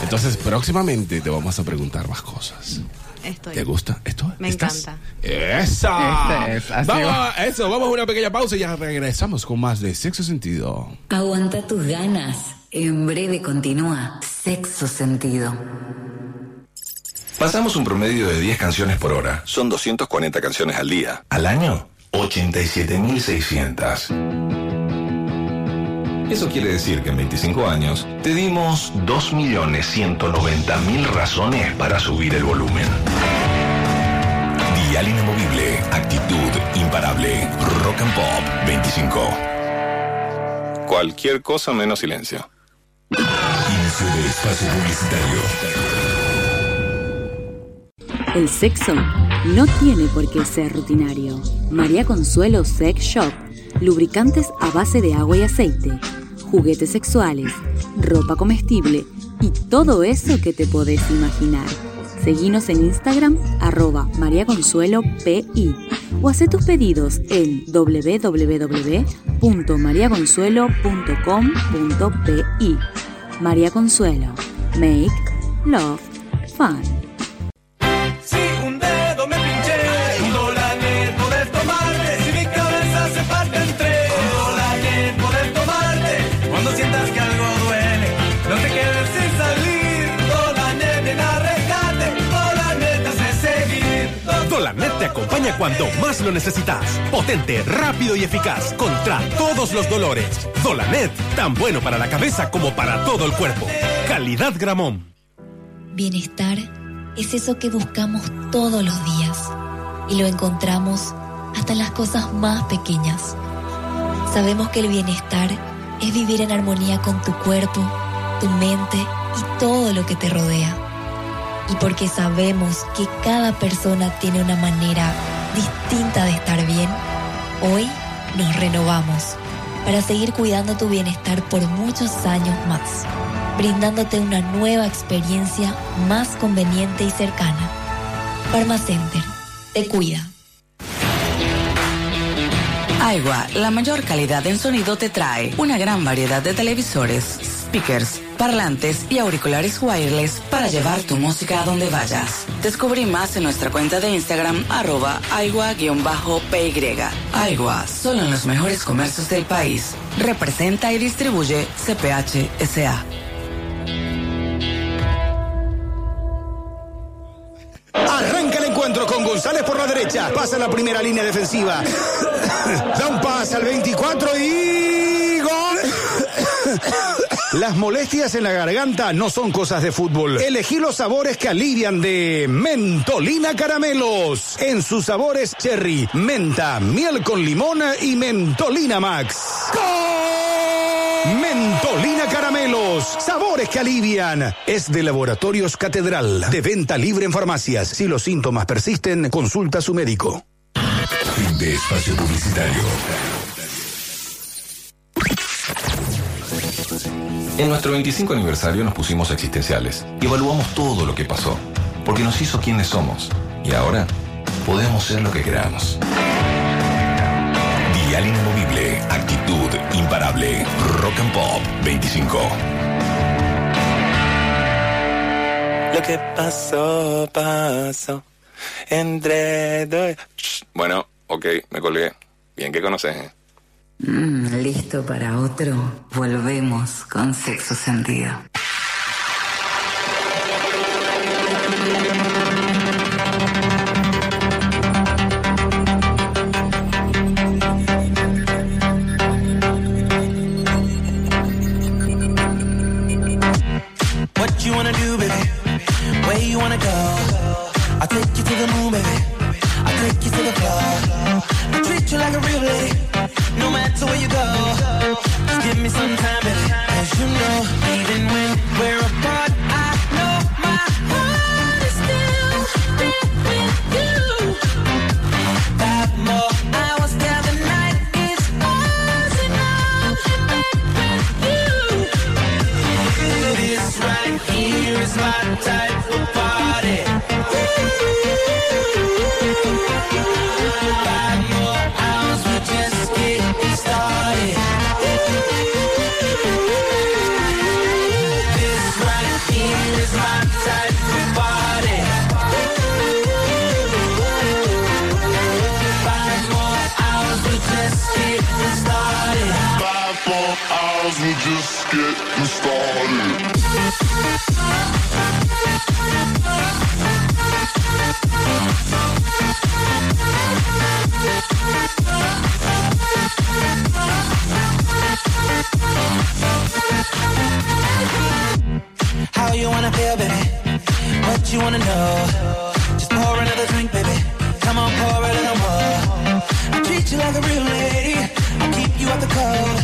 D: Entonces, próximamente te vamos a preguntar más cosas.
I: Estoy.
D: ¿Te gusta esto?
I: Me
D: ¿Estás?
I: encanta.
D: ¡Esa!
H: Este es, así
D: vamos,
H: va.
D: a- eso, vamos a una pequeña pausa y ya regresamos con más de Sexo Sentido.
A: Aguanta tus ganas. En breve continúa Sexo Sentido.
J: Pasamos un promedio de 10 canciones por hora. Son 240 canciones al día. Al año, 87.600. Eso quiere decir que en 25 años te dimos 2.190.000 razones para subir el volumen. Dial inamovible, actitud imparable, rock and pop 25. Cualquier cosa menos silencio. Inicio de espacio publicitario.
K: El sexo no tiene por qué ser rutinario. María Consuelo Sex Shop. Lubricantes a base de agua y aceite, juguetes sexuales, ropa comestible y todo eso que te podés imaginar. Seguinos en Instagram arroba María Consuelo PI o haz tus pedidos en www.mariaconsuelo.com.pi. María Consuelo, make love fun.
B: Si un dedo me pinché, un dólar net poder tomarte. Si mi cabeza se parte en tres, un dólar net poder tomarte. Cuando sientas que algo duele, no te quedes sin salir. Dólar net viene a rescate, dólar net te hace seguir.
L: Dolanet te acompaña cuando más lo necesitas. Potente, rápido y eficaz contra todos los dolores. Dolanet, tan bueno para la cabeza como para todo el cuerpo. Calidad Gramón.
M: Bienestar es eso que buscamos todos los días y lo encontramos hasta en las cosas más pequeñas. Sabemos que el bienestar es vivir en armonía con tu cuerpo, tu mente y todo lo que te rodea. Y porque sabemos que cada persona tiene una manera distinta de estar bien, hoy nos renovamos para seguir cuidando tu bienestar por muchos años más, brindándote una nueva experiencia más conveniente y cercana. Farmacenter, te cuida.
N: Aiwa, la mayor calidad en sonido te trae una gran variedad de televisores, speakers, parlantes y auriculares wireless para llevar tu música a donde vayas. Descubrí más en nuestra cuenta de Instagram arroba aiwa-py. Aiwa, solo en los mejores comercios del país. Representa y distribuye CPH SA.
O: Arranca el encuentro con González por la derecha. Pasa la primera línea defensiva. Da un pase al 24 y gol. Las molestias en la garganta no son cosas de fútbol. Elegí los sabores que alivian de mentolina caramelos. En sus sabores cherry, menta, miel con limón y mentolina max. ¡Gol! Mentolina caramelos. Sabores que alivian. Es de Laboratorios Catedral. De venta libre en farmacias. Si los síntomas persisten, consulta a su médico.
J: Fin de espacio publicitario. En nuestro 25 aniversario nos pusimos existenciales y evaluamos todo lo que pasó, porque nos hizo quienes somos y ahora podemos ser lo que queramos. Dial inamovible, actitud imparable, rock and pop 25.
P: Lo que pasó, pasó. Entre dos.
J: Bueno, ok, me colgué. Bien que conoces, ¿eh?
A: Mm, Listo para otro. Volvemos con sexo sentido.
B: What you wanna do, baby? Where you wanna go? I'll take you to the moon, baby. I'll take you to the floor. I treat you like a real lady, no matter where you go. Just give me some time, baby. Cause you know, even when we're apart, I know my heart is still there with you. Five more hours till the night is ours and I'm with you. This right here is my type of party. Five more hours, we just getting started. This right here is my type of party. Five more hours, we just getting started. Five more hours, we just getting started.
P: Thank you.
B: wanna know. Just pour another drink, baby. Come on, pour a little more. I treat you like a real lady. I keep you out the cold.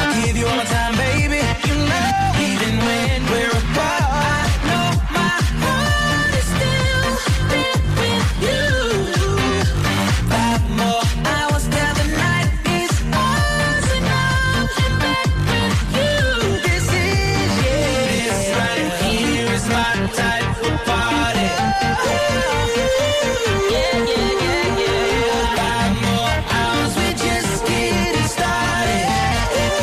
B: I give you all my time, baby. You know, even when we're apart, I know my heart is still there with you. Five more hours till the night is ours, and I'll be back with you. This is yeah. This right here is my type of party. Yeah, yeah, yeah, yeah. Five more hours, we're just getting started. This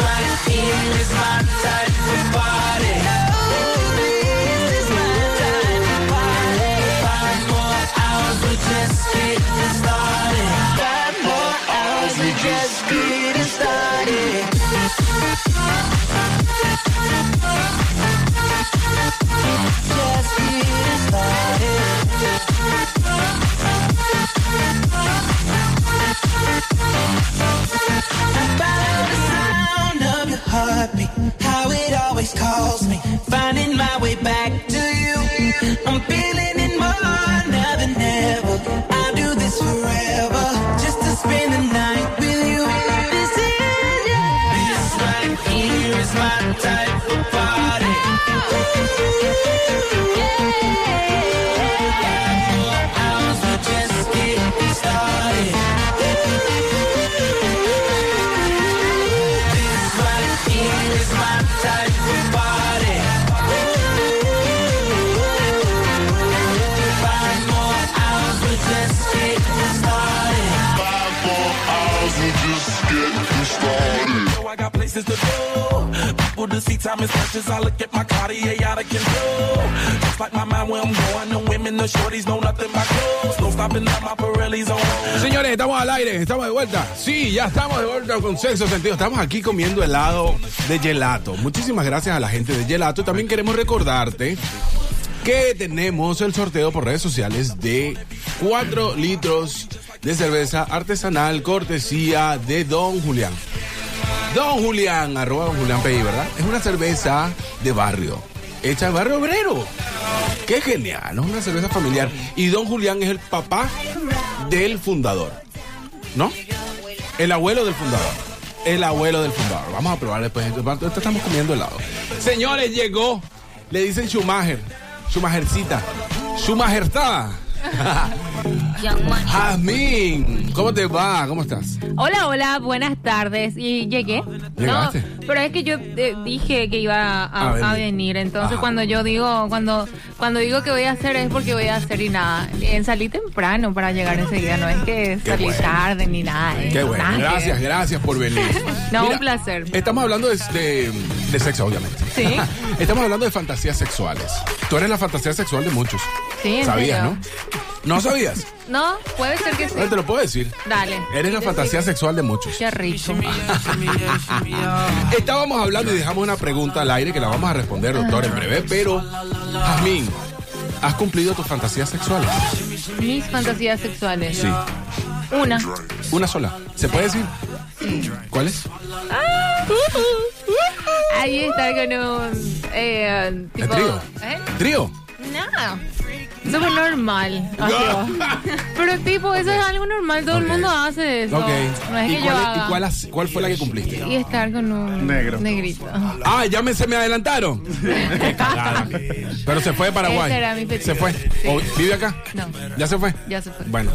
B: right here is my type of party. This is my type of party. Five more hours, we're just getting started. Five more hours, we're just getting started. Just getting Follow the sound of your heartbeat, how it always calls me. Finding my way back to you. I'm feeling it more now than ever. I'll do this forever, just to spend the night with you. This is this right here is my type of party. Five more hours, we're just getting started. This right here is my type of party. Five more hours, we're just getting started. Five more hours, we're just getting started.
Q: know I got places to go. People to see time is precious. I look at my Cartier out of control. Just like my mind where I'm going. The women, the shorties know nothing but clothes. No stopping at my Pirelli's on.
D: Señores, estamos al aire, estamos de vuelta. Sí, ya estamos de vuelta con sexo sentido. Estamos aquí comiendo helado de gelato. Muchísimas gracias a la gente de gelato. También queremos recordarte que tenemos el sorteo por redes sociales de 4 litros de cerveza artesanal cortesía de Don Julián. Don Julián, arroba Don Julián PI, ¿verdad? Es una cerveza de barrio, hecha de barrio obrero. Qué genial, es una cerveza familiar. Y Don Julián es el papá del fundador, ¿no? El abuelo del fundador. El abuelo del fundador. Vamos a probar después. Ahorita estamos comiendo helado. Señores, llegó. Le dicen Schumacher. Schumachercita. Schumachertada. Jazmín, ¿cómo te va? ¿Cómo estás?
I: Hola, hola, buenas tardes. ¿Y llegué?
D: ¿Llegaste? Ah,
I: No, pero es que yo eh, dije que iba a,
D: A venir.
I: a venir. Entonces,
D: Ajá.
I: cuando yo digo, cuando cuando digo que voy a hacer es porque voy a hacer y nada. Eh, salí temprano para llegar enseguida, no es que salí
D: bueno.
I: tarde ni nada. eh,
D: Qué bueno.
I: nada que
D: Gracias,
I: ver.
D: gracias por venir.
I: No,
D: Mira,
I: un placer.
D: Estamos hablando de, de- de sexo, obviamente.
I: Sí.
D: Estamos hablando de fantasías sexuales. Tú eres la fantasía sexual de muchos.
I: Sí, ¿en
D: ¿Sabías,
I: serio?
D: no? ¿No sabías?
I: No, puede ser que sí.
D: No te lo puedo decir.
I: Dale.
D: Eres
I: Decime.
D: la fantasía sexual de muchos.
I: Qué rico.
D: Estábamos hablando y dejamos una pregunta al aire que la vamos a responder, doctor, en breve. Pero, Jazmín, ¿has cumplido tus fantasías sexuales?
I: Mis fantasías sexuales.
D: Sí.
I: Una.
D: Una sola. ¿Se puede decir? ¿Cuál es?
I: Ah, Ahí está con un eh,
D: ¿El
I: tipo.
D: trío?
I: ¿Eh?
D: ¿Trío?
I: Nada. Súper normal. así. Pero tipo, eso es algo normal, todo el mundo hace eso.
D: Ok.
I: No es
D: ¿Y,
I: que yo
D: cuál, es-
I: haga.
D: y cuál has- cuál fue la que cumpliste?
I: Y estar con un
D: Negro.
I: negrito.
D: Ah, ya me, se me adelantaron. Qué cagada. Pero se fue de Paraguay.
I: Ese era mi fetiche.
D: se fue. ¿O ¿Vive acá?
I: No,
D: ¿Ya se fue?
I: ya se fue.
D: Bueno,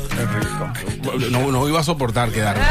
D: no, no iba a soportar quedarme.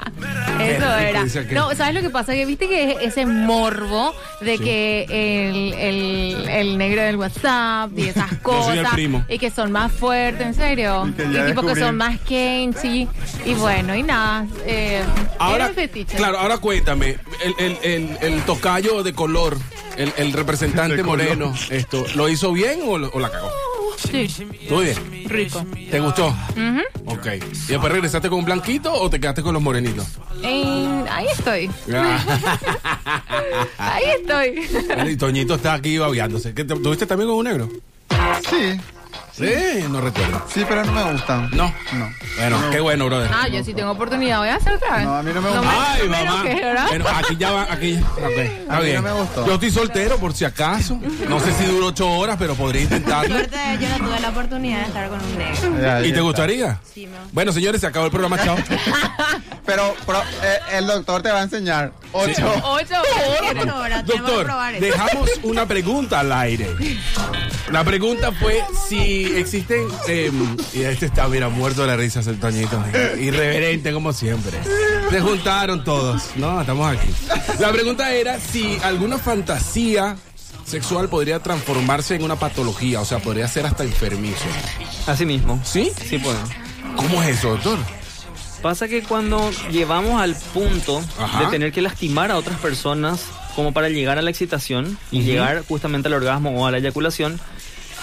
I: Eso
D: Qué
I: era.
D: dice que-
I: No, ¿sabes lo que pasa? Que viste que es ese morbo de
D: Sí.
I: que el, el, el negro del WhatsApp y esas
D: Yo soy el
I: cosas.
D: primo.
I: Y que son más fuertes, en serio. Y,
D: que ya
I: tipo que
D: descubrí.
I: son más kenchi. Y bueno, y nada. Eh, era
D: Ahora,
I: un fetiche.
D: claro, ah, ahora cuéntame, el, el, el, el tocayo de color, el, el representante moreno, esto, ¿lo hizo bien o, lo- o la cagó?
I: Sí.
D: Muy bien.
I: Rico.
D: ¿Te gustó?
I: Ujú.
D: Ok. ¿Y después regresaste con un blanquito o te quedaste con los morenitos?
I: Eh, ahí estoy.
D: Ah.
I: Ahí estoy.
D: Bueno, Y Toñito está aquí babeándose. ¿Qué, te- ¿Tuviste también con un negro?
H: Sí,
D: Sí, no recuerdo.
H: Sí, pero no me gustan.
D: No. No. Bueno, qué bueno, brother.
I: Ah, yo sí tengo oportunidad, voy a hacer otra vez. No, a mí no me
D: Ay,
I: no me
D: mamá.
I: enojé, ¿verdad?
D: Bueno, aquí ya va, aquí. ok, está bien. Yo estoy soltero por si acaso. No sé si dura ocho horas, pero podría intentarlo.
R: Suerte, yo no tuve la oportunidad de estar con un negro.
D: ¿Y te gustaría?
R: Sí, me
D: Bueno, señores, se acabó el programa, chao.
H: Pero, pero, eh, el doctor te va a enseñar. Ocho.
D: Sí.
I: Ocho
R: horas. tenemos que
D: Doctor,
R: probar eso.
D: dejamos una pregunta al aire. La pregunta fue si existen. eh, y este está, mira, muerto de la risa, el Toñito. Irreverente, como siempre. Se juntaron todos. No, estamos aquí. La pregunta era si alguna fantasía sexual podría transformarse en una patología. O sea, podría ser hasta enfermizo.
G: Así mismo.
D: ¿Sí?
G: Sí, puedo.
D: ¿Cómo es eso, doctor?
G: Pasa que cuando llevamos al punto
D: Ajá.
G: de tener que lastimar a otras personas como para llegar a la excitación y
S: Ujú.
G: llegar justamente al orgasmo o a la eyaculación,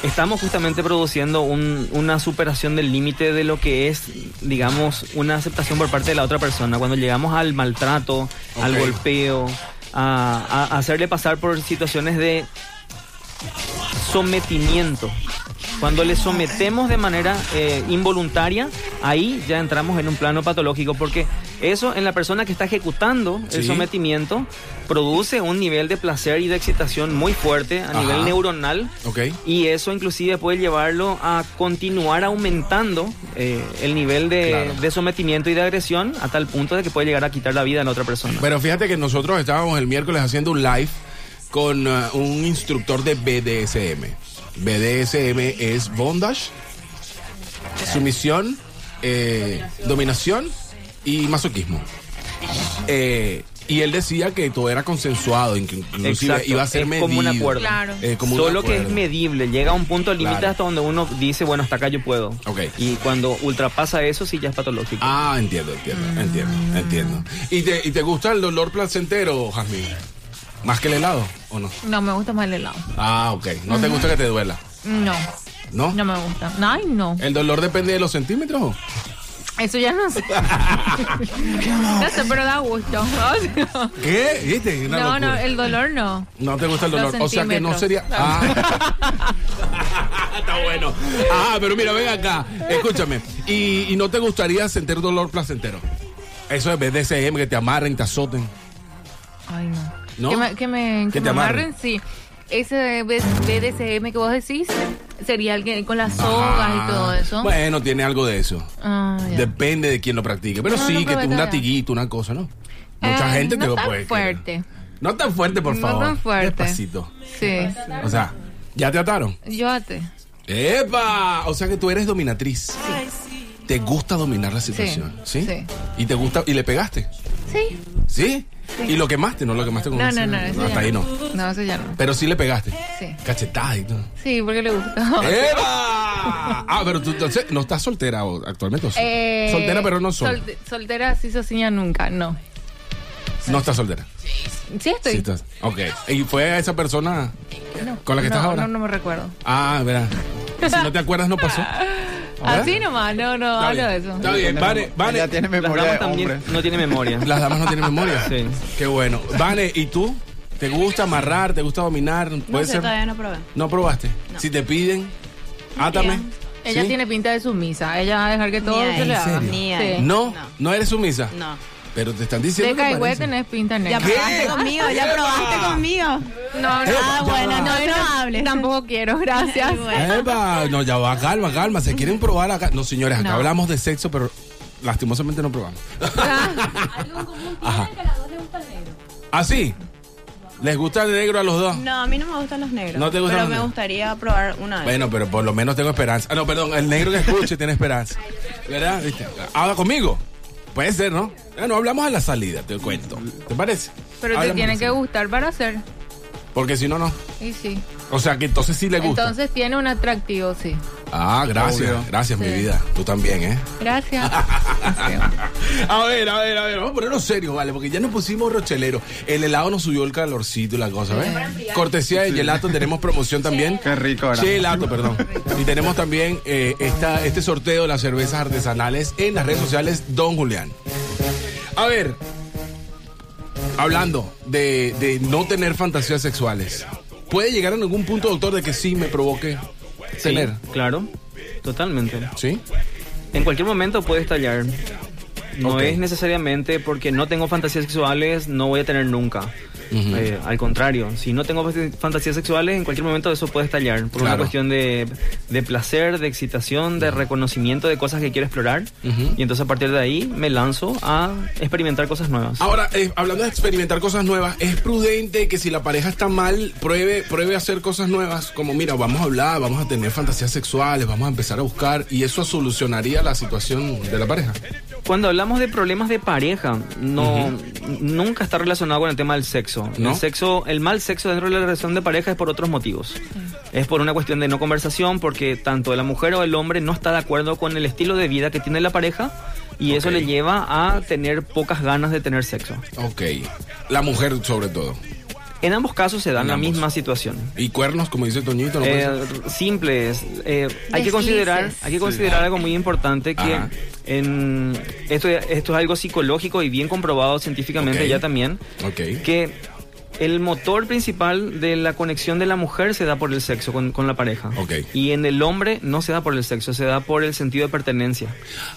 G: estamos justamente produciendo un- una superación del límite de lo que es, digamos, una aceptación por parte de la otra persona. Cuando llegamos al maltrato, al
S: Ok.
G: golpeo, a- a- a hacerle pasar por situaciones de sometimiento. Cuando le sometemos de manera eh, involuntaria, ahí ya entramos en un plano patológico, porque eso en la persona que está ejecutando el
S: Sí.
G: sometimiento produce un nivel de placer y de excitación muy fuerte a
D: Ajá.
G: nivel neuronal
D: Ok.
G: y eso inclusive puede llevarlo a continuar aumentando eh, el nivel de,
D: Claro.
G: de sometimiento y de agresión a tal punto de que puede llegar a quitar la vida a la otra persona.
D: Pero fíjate que nosotros estábamos el miércoles haciendo un live con eh, un instructor de BDSM. BDSM es bondage, sumisión, eh, dominación y masoquismo. Eh, y él decía que todo era consensuado, inc- inclusive
G: Exacto,
D: iba a ser
G: es
D: medido.
G: como un acuerdo.
I: Claro.
D: Eh, como un
G: Solo que es
D: acuerdo.
G: medible, llega a un punto límite
D: Claro.
G: hasta donde uno dice, bueno, hasta acá yo puedo. Y cuando ultrapasa eso, sí ya es patológico.
D: Ah, entiendo, entiendo, entiendo, entiendo. ¿Y te, y te gusta el dolor placentero, Jazmín? ¿Más que el helado o no?
I: No, me gusta más el helado.
D: Ah, ok. ¿No te gusta que te duela?
I: No,
D: ¿No?
I: no me gusta. Ay, no.
D: ¿El dolor depende de los centímetros? o?
I: Eso ya no sé. no sé, pero da gusto. O sea,
D: ¿Qué? ¿Viste? Una
I: No, no,
D: locura.
I: el dolor no.
D: No te gusta el
I: Los
D: dolor. O sea que no
I: centímetros.
D: sería. Ah. Está bueno. Ah, pero mira, ven acá. Escúchame. ¿Y, y no te gustaría sentir dolor placentero? Eso es BDSM, que te amarren, te azoten.
I: Ay, no.
D: ¿No?
I: Que me, que me,
D: Que
I: que
D: te
I: me
D: amarren.
I: amarren, sí. Ese B- BDSM que vos decís sería alguien con las sogas
D: Ah,
I: y todo eso.
D: Bueno, tiene algo de eso.
I: Ah, ya.
D: Depende de quién lo practique. Pero
I: No,
D: sí,
I: no
D: que
I: probé
D: tú- un
I: todavía.
D: latiguito, una cosa, ¿no? Mucha
I: Eh,
D: gente te
I: no
D: lo
I: tan
D: puede.
I: fuerte.
D: No tan fuerte, por
I: No
D: favor.
I: tan fuerte.
D: Despacito.
I: Sí.
D: O sea, ¿ya te ataron?
I: Yo ate.
D: ¡Epa! O sea que tú eres dominatriz. Te gusta dominar la situación, ¿sí?
I: sí.
D: Y te gusta y le pegaste,
I: Sí.
D: ¿sí? Y lo quemaste, no lo quemaste con
I: No,
D: un-
I: no, no. Eso
D: hasta
I: ya
D: ahí no.
I: No, eso ya no.
D: Pero sí le pegaste.
I: Sí.
D: Cachetada y todo.
I: Sí, porque le gusta.
D: ¡Eva! Ah, pero tú entonces no estás soltera o- actualmente. o sí?
I: Eh,
D: Pues, soltera, pero no sola.
I: solte- soltera, sí, sozinha nunca, no.
D: No estás soltera.
I: Sí, estoy.
D: Sí estás. Ok. ¿Y fue esa persona
I: No,
D: con la que
I: no,
D: estás ahora?
I: No, no me recuerdo.
D: Ah, verá. Y Si no te acuerdas, no pasó. ¿Verdad?
I: Así nomás, no, no,
D: Está
I: hablo
D: bien,
I: de eso.
D: Está bien, Vane, Vane. Ya tiene
G: memoria damas de también hombre. no tiene memoria.
D: Las damas no tienen memoria.
G: Sí.
D: Qué bueno. Vane, ¿y tú? ¿Te gusta amarrar? ¿Te gusta dominar?
R: No
D: ¿Puede
R: sé,
D: ser?
R: todavía no probé.
D: ¿No probaste? Si te piden, átame.
I: Ella
D: ¿Sí?
I: tiene pinta de sumisa. Ella va a dejar que todo
R: ahí,
I: se le
D: Oh, ¿En
I: haga.
D: serio?
I: Sí.
D: No, no, eres sumisa.
R: No.
D: Pero te están
I: De
D: diciendo. que
I: Caigüe
D: parece.
I: tenés pinta negra.
R: Ya probaste conmigo, ya probaste conmigo.
I: No, no.
R: Ah, bueno, no,
I: pero
R: no hables.
I: Tampoco quiero, gracias.
D: Epa, no, ya va, calma, calma. Se quieren probar acá. No, señores, acá
I: No.
D: hablamos de sexo, pero lastimosamente no probamos. Ajá. ¿Ah, sí? ¿Les gusta el negro a los dos?
R: No, a mí no me gustan los negros.
D: No te gustan
R: Pero
D: los
R: me
D: negros.
R: gustaría probar una vez.
D: Bueno, pero por lo menos tengo esperanza. Ah, no, perdón, el negro que escuche tiene esperanza. ¿Verdad? ¿Viste? Habla conmigo. Puede ser, ¿no? Ya no hablamos a la salida, te cuento. ¿Te parece?
I: Pero te
D: Hablamos
I: tiene
D: así.
I: que gustar para hacer.
D: Porque si no, no.
I: Y sí.
D: O sea, que entonces sí le gusta.
I: Entonces tiene un atractivo, sí.
D: ah, gracias.
L: Obvio.
D: Gracias, mi
I: Sí.
D: vida. Tú también, ¿eh?
I: Gracias.
D: A ver, a ver, a ver, vamos a ponernos serios, vale, porque ya nos pusimos rochelero. El helado nos subió el calorcito y la cosa, ¿ves? Cortesía de Gelato, tenemos promoción también. Qué rico,
H: ¿verdad?
D: Gelato, perdón. Y tenemos también eh, esta, este sorteo de las cervezas artesanales en las redes sociales, Don Julián. A ver, hablando de, de no tener fantasías sexuales, ¿puede llegar a algún punto, doctor, de que sí me provoque
G: Sí,
D: tener?
G: claro. Totalmente.
D: ¿Sí?
G: En cualquier momento puede estallar. No
D: Ok.
G: es necesariamente porque no tengo fantasías sexuales, no voy a tener nunca.
D: Ujú.
G: Eh, al contrario, si no tengo fas- fantasías sexuales, en cualquier momento eso puede estallar. Por una
D: Claro. Mm.
G: cuestión de, de placer, de excitación, de reconocimiento de cosas que quiero explorar.
D: Ujú.
G: Y entonces a partir de ahí me lanzo a experimentar cosas nuevas.
D: Ahora, eh, hablando de experimentar cosas nuevas, es prudente que si la pareja está mal, pruebe, pruebe a hacer cosas nuevas, como mira, vamos a hablar, vamos a tener fantasías sexuales, vamos a empezar a buscar, y eso solucionaría la situación de la pareja.
G: Cuando hablamos de problemas de pareja, no nunca está relacionado con el tema del sexo.
D: ¿No?
G: El sexo, el mal sexo dentro de la relación de pareja es por otros motivos. Es por una cuestión de no conversación, porque tanto la mujer o el hombre no está de acuerdo con el estilo de vida que tiene la pareja y eso le lleva a tener pocas ganas de tener sexo.
D: Ok. La mujer sobre todo.
G: En ambos casos se da la misma situación.
D: Y cuernos, como dice Toñito, ¿no puede
G: Eh,
D: ser?
G: simples. eh, hay que
D: Deslices.
G: considerar, hay que considerar algo muy importante que
D: Ajá.
G: en- esto, esto es algo psicológico y bien comprobado científicamente
D: Ok.
G: ya también,
D: Ok.
G: que el motor principal de la conexión de la mujer se da por el sexo con, con la pareja. Y en el hombre no se da por el sexo, se da por el sentido de pertenencia.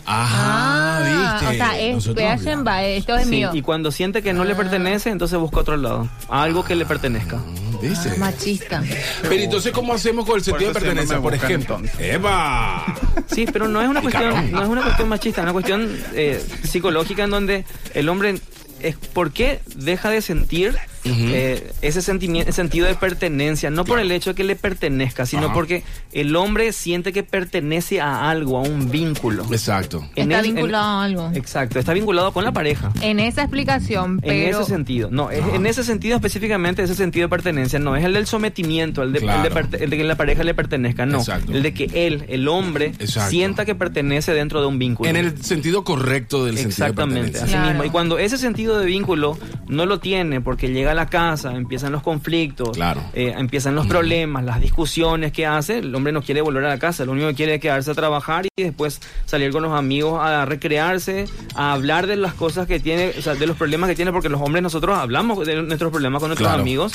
I: Ah, o sea, es
G: Nosotros
I: peachen, va,
R: eh,
I: esto es
G: Sí,
I: mío.
G: y cuando siente que no
D: Ah.
G: le pertenece, entonces busca otro lado, algo que le pertenezca.
D: Ah,
I: Machista.
D: Pero entonces, ¿cómo hacemos con el sentido de
G: eso siempre
D: pertenencia,
G: me
D: por
G: buscan,
D: ejemplo? ¡Epa!
G: Sí, pero no es una
D: Picarón.
G: cuestión, no es una cuestión machista, es una cuestión eh, psicológica en donde el hombre es por qué deja de sentir eh, ese sentimiento, sentido de pertenencia, no por el hecho de que le pertenezca, sino
D: Ajá.
G: porque el hombre siente que pertenece a algo, a un vínculo.
D: Exacto.
I: Está vinculado a algo.
G: exacto, está vinculado con la pareja.
I: En esa explicación,
G: En
I: pero.
G: ese sentido, no, es- en ese sentido específicamente, ese sentido de pertenencia, no es el del sometimiento, el de, el de perte- el de que la pareja le pertenezca, no, el de que él, el hombre, sienta que pertenece dentro de un vínculo.
D: En el sentido correcto del sentido de
G: Exactamente,
D: pertenencia.
G: así mismo. Y cuando ese sentido de vínculo no lo tiene, porque llega a la casa, empiezan los conflictos, eh, empiezan los problemas, las discusiones que hace, el hombre no quiere volver a la casa, lo único que quiere es quedarse a trabajar y después salir con los amigos a recrearse, a hablar de las cosas que tiene, o sea, de los problemas que tiene, porque los hombres nosotros hablamos de nuestros problemas con nuestros
H: Claro,
G: amigos.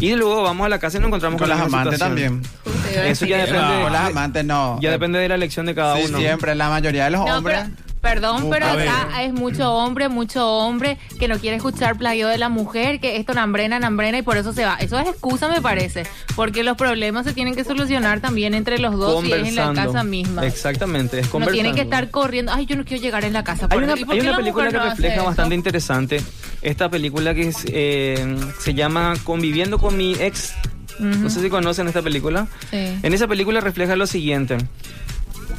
G: Y luego vamos a la casa y nos encontramos
H: Con
G: con,
H: las
G: la misma
H: amantes
G: situación.
H: también.
G: Eso ya depende.
H: Con las amantes no.
G: Ya depende de la elección de cada
H: Sí,
G: uno.
H: siempre, la mayoría de los
I: No,
H: hombres.
I: pero- perdón,
H: Uh,
I: pero
H: a ver.
I: acá es mucho hombre, mucho hombre que no quiere escuchar playo de la mujer, que esto nambrena, nambrena y por eso se va. Eso es excusa, me parece, porque los problemas se tienen que solucionar también entre los dos y es en la
G: Conversando.
I: casa misma.
G: Exactamente, es
I: No
G: conversando.
I: tienen que estar corriendo. Ay, yo no quiero llegar en la casa.
G: Hay
I: ¿por
G: una,
I: qué- y por
G: hay
I: qué
G: una
I: la
G: película
I: mujer
G: que
I: no hace
G: refleja
I: eso?
G: bastante interesante esta película que es, eh, se llama Conviviendo con mi ex. No sé si Eh, conocen esta película.
I: Sí.
G: En esa película refleja lo siguiente.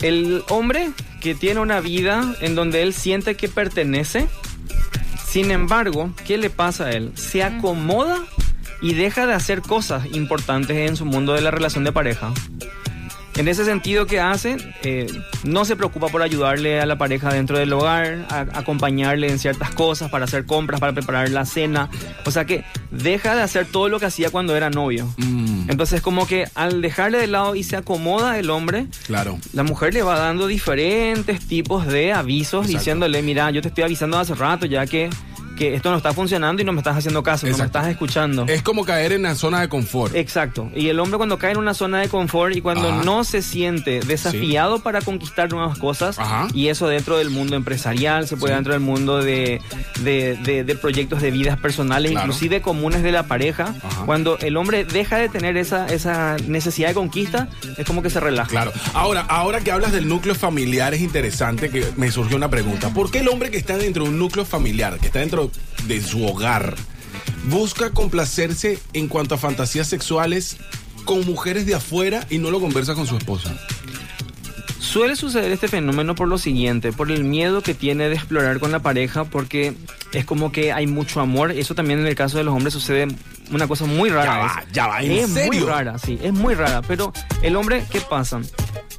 G: El hombre que tiene una vida en donde él siente que pertenece, sin embargo, ¿qué le pasa a él? Se acomoda y deja de hacer cosas importantes en su mundo de la relación de pareja. En ese sentido que hace, Eh, no se preocupa por ayudarle a la pareja dentro del hogar, a- acompañarle en ciertas cosas, para hacer compras, para preparar la cena. O sea que deja de hacer todo lo que hacía cuando era novio.
D: Mm,
G: Entonces como que al dejarle de lado y se acomoda el hombre,
D: Claro.
G: la mujer le va dando diferentes tipos de avisos
D: Exacto.
G: diciéndole, mira, yo te estoy avisando hace rato ya que, que esto no está funcionando y no me estás haciendo caso, no me
D: Exacto.
G: estás escuchando.
D: Es como caer en la zona de confort.
G: Exacto. Y el hombre cuando cae en una zona de confort y cuando
D: Ajá.
G: no se siente desafiado para conquistar nuevas cosas, y eso dentro del mundo empresarial, se puede dentro del mundo de, de- de- de proyectos de vidas personales,
D: Claro.
G: inclusive comunes de la pareja, cuando el hombre deja de tener esa, esa necesidad de conquista, es como que se relaja.
D: Claro. Ahora, ahora que hablas del núcleo familiar es interesante que me surgió una pregunta. ¿Por qué el hombre que está dentro de un núcleo familiar, que está dentro de su hogar, busca complacerse en cuanto a fantasías sexuales con mujeres de afuera y no lo conversa con su esposa?
G: Suele suceder este fenómeno por lo siguiente, por el miedo que tiene de explorar con la pareja, porque es como que hay mucho amor. Eso también en el caso de los hombres sucede una cosa muy rara.
D: Ya va,
G: es,
D: ya va, ¿en
G: es
D: serio?
G: muy rara, sí, es muy rara. Pero el hombre, ¿qué pasa?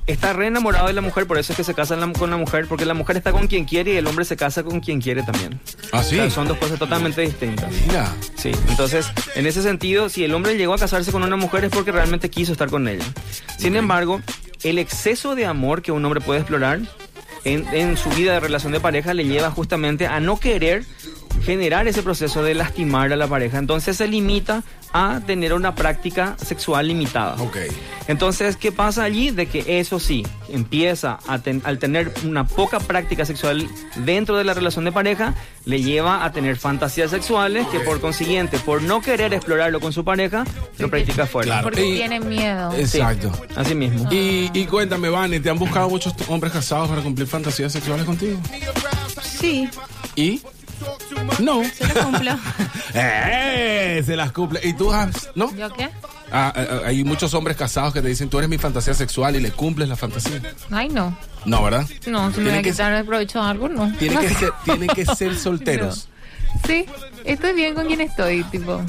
G: Está re enamorado de la mujer, por eso es que se casa la- con la mujer, porque la mujer está con quien quiere y el hombre se casa con quien quiere también.
D: ¿Ah, sí?
G: O sea, son dos cosas totalmente distintas.
D: Mira.
G: Sí, entonces, en ese sentido, si el hombre llegó a casarse con una mujer es porque realmente quiso estar con ella. Sin embargo, el exceso de amor que un hombre puede explorar en, en su vida de relación de pareja le lleva justamente a no querer generar ese proceso de lastimar a la pareja. Entonces se limita a tener una práctica sexual limitada. Entonces, ¿qué pasa allí? De que eso sí, empieza a ten- al tener una poca práctica sexual dentro de la relación de pareja, le lleva a tener fantasías sexuales que por consiguiente, por no querer explorarlo con su pareja, lo practica fuera.
I: Porque tiene miedo.
D: Exacto.
G: así mismo.
D: Y, y cuéntame, Vane, ¿te han buscado muchos t- hombres casados para cumplir fantasías sexuales contigo?
R: Sí,
D: ¿Y? No.
R: se lo cumplo.
D: ¡Eh! Se las cumple. ¿Y tú has, no?
I: ¿Yo qué?
D: Ah, ah, ah, hay muchos hombres casados que te dicen, tú eres mi fantasía sexual y le cumples la fantasía.
I: Ay, no.
D: No, ¿verdad?
I: No, si me voy
D: Tiene
I: a
D: que
I: quitar el provecho de algo, no.
D: Tienen
I: No.
D: que ser, tienen que ser solteros.
I: Sí, estoy bien con quien estoy, tipo.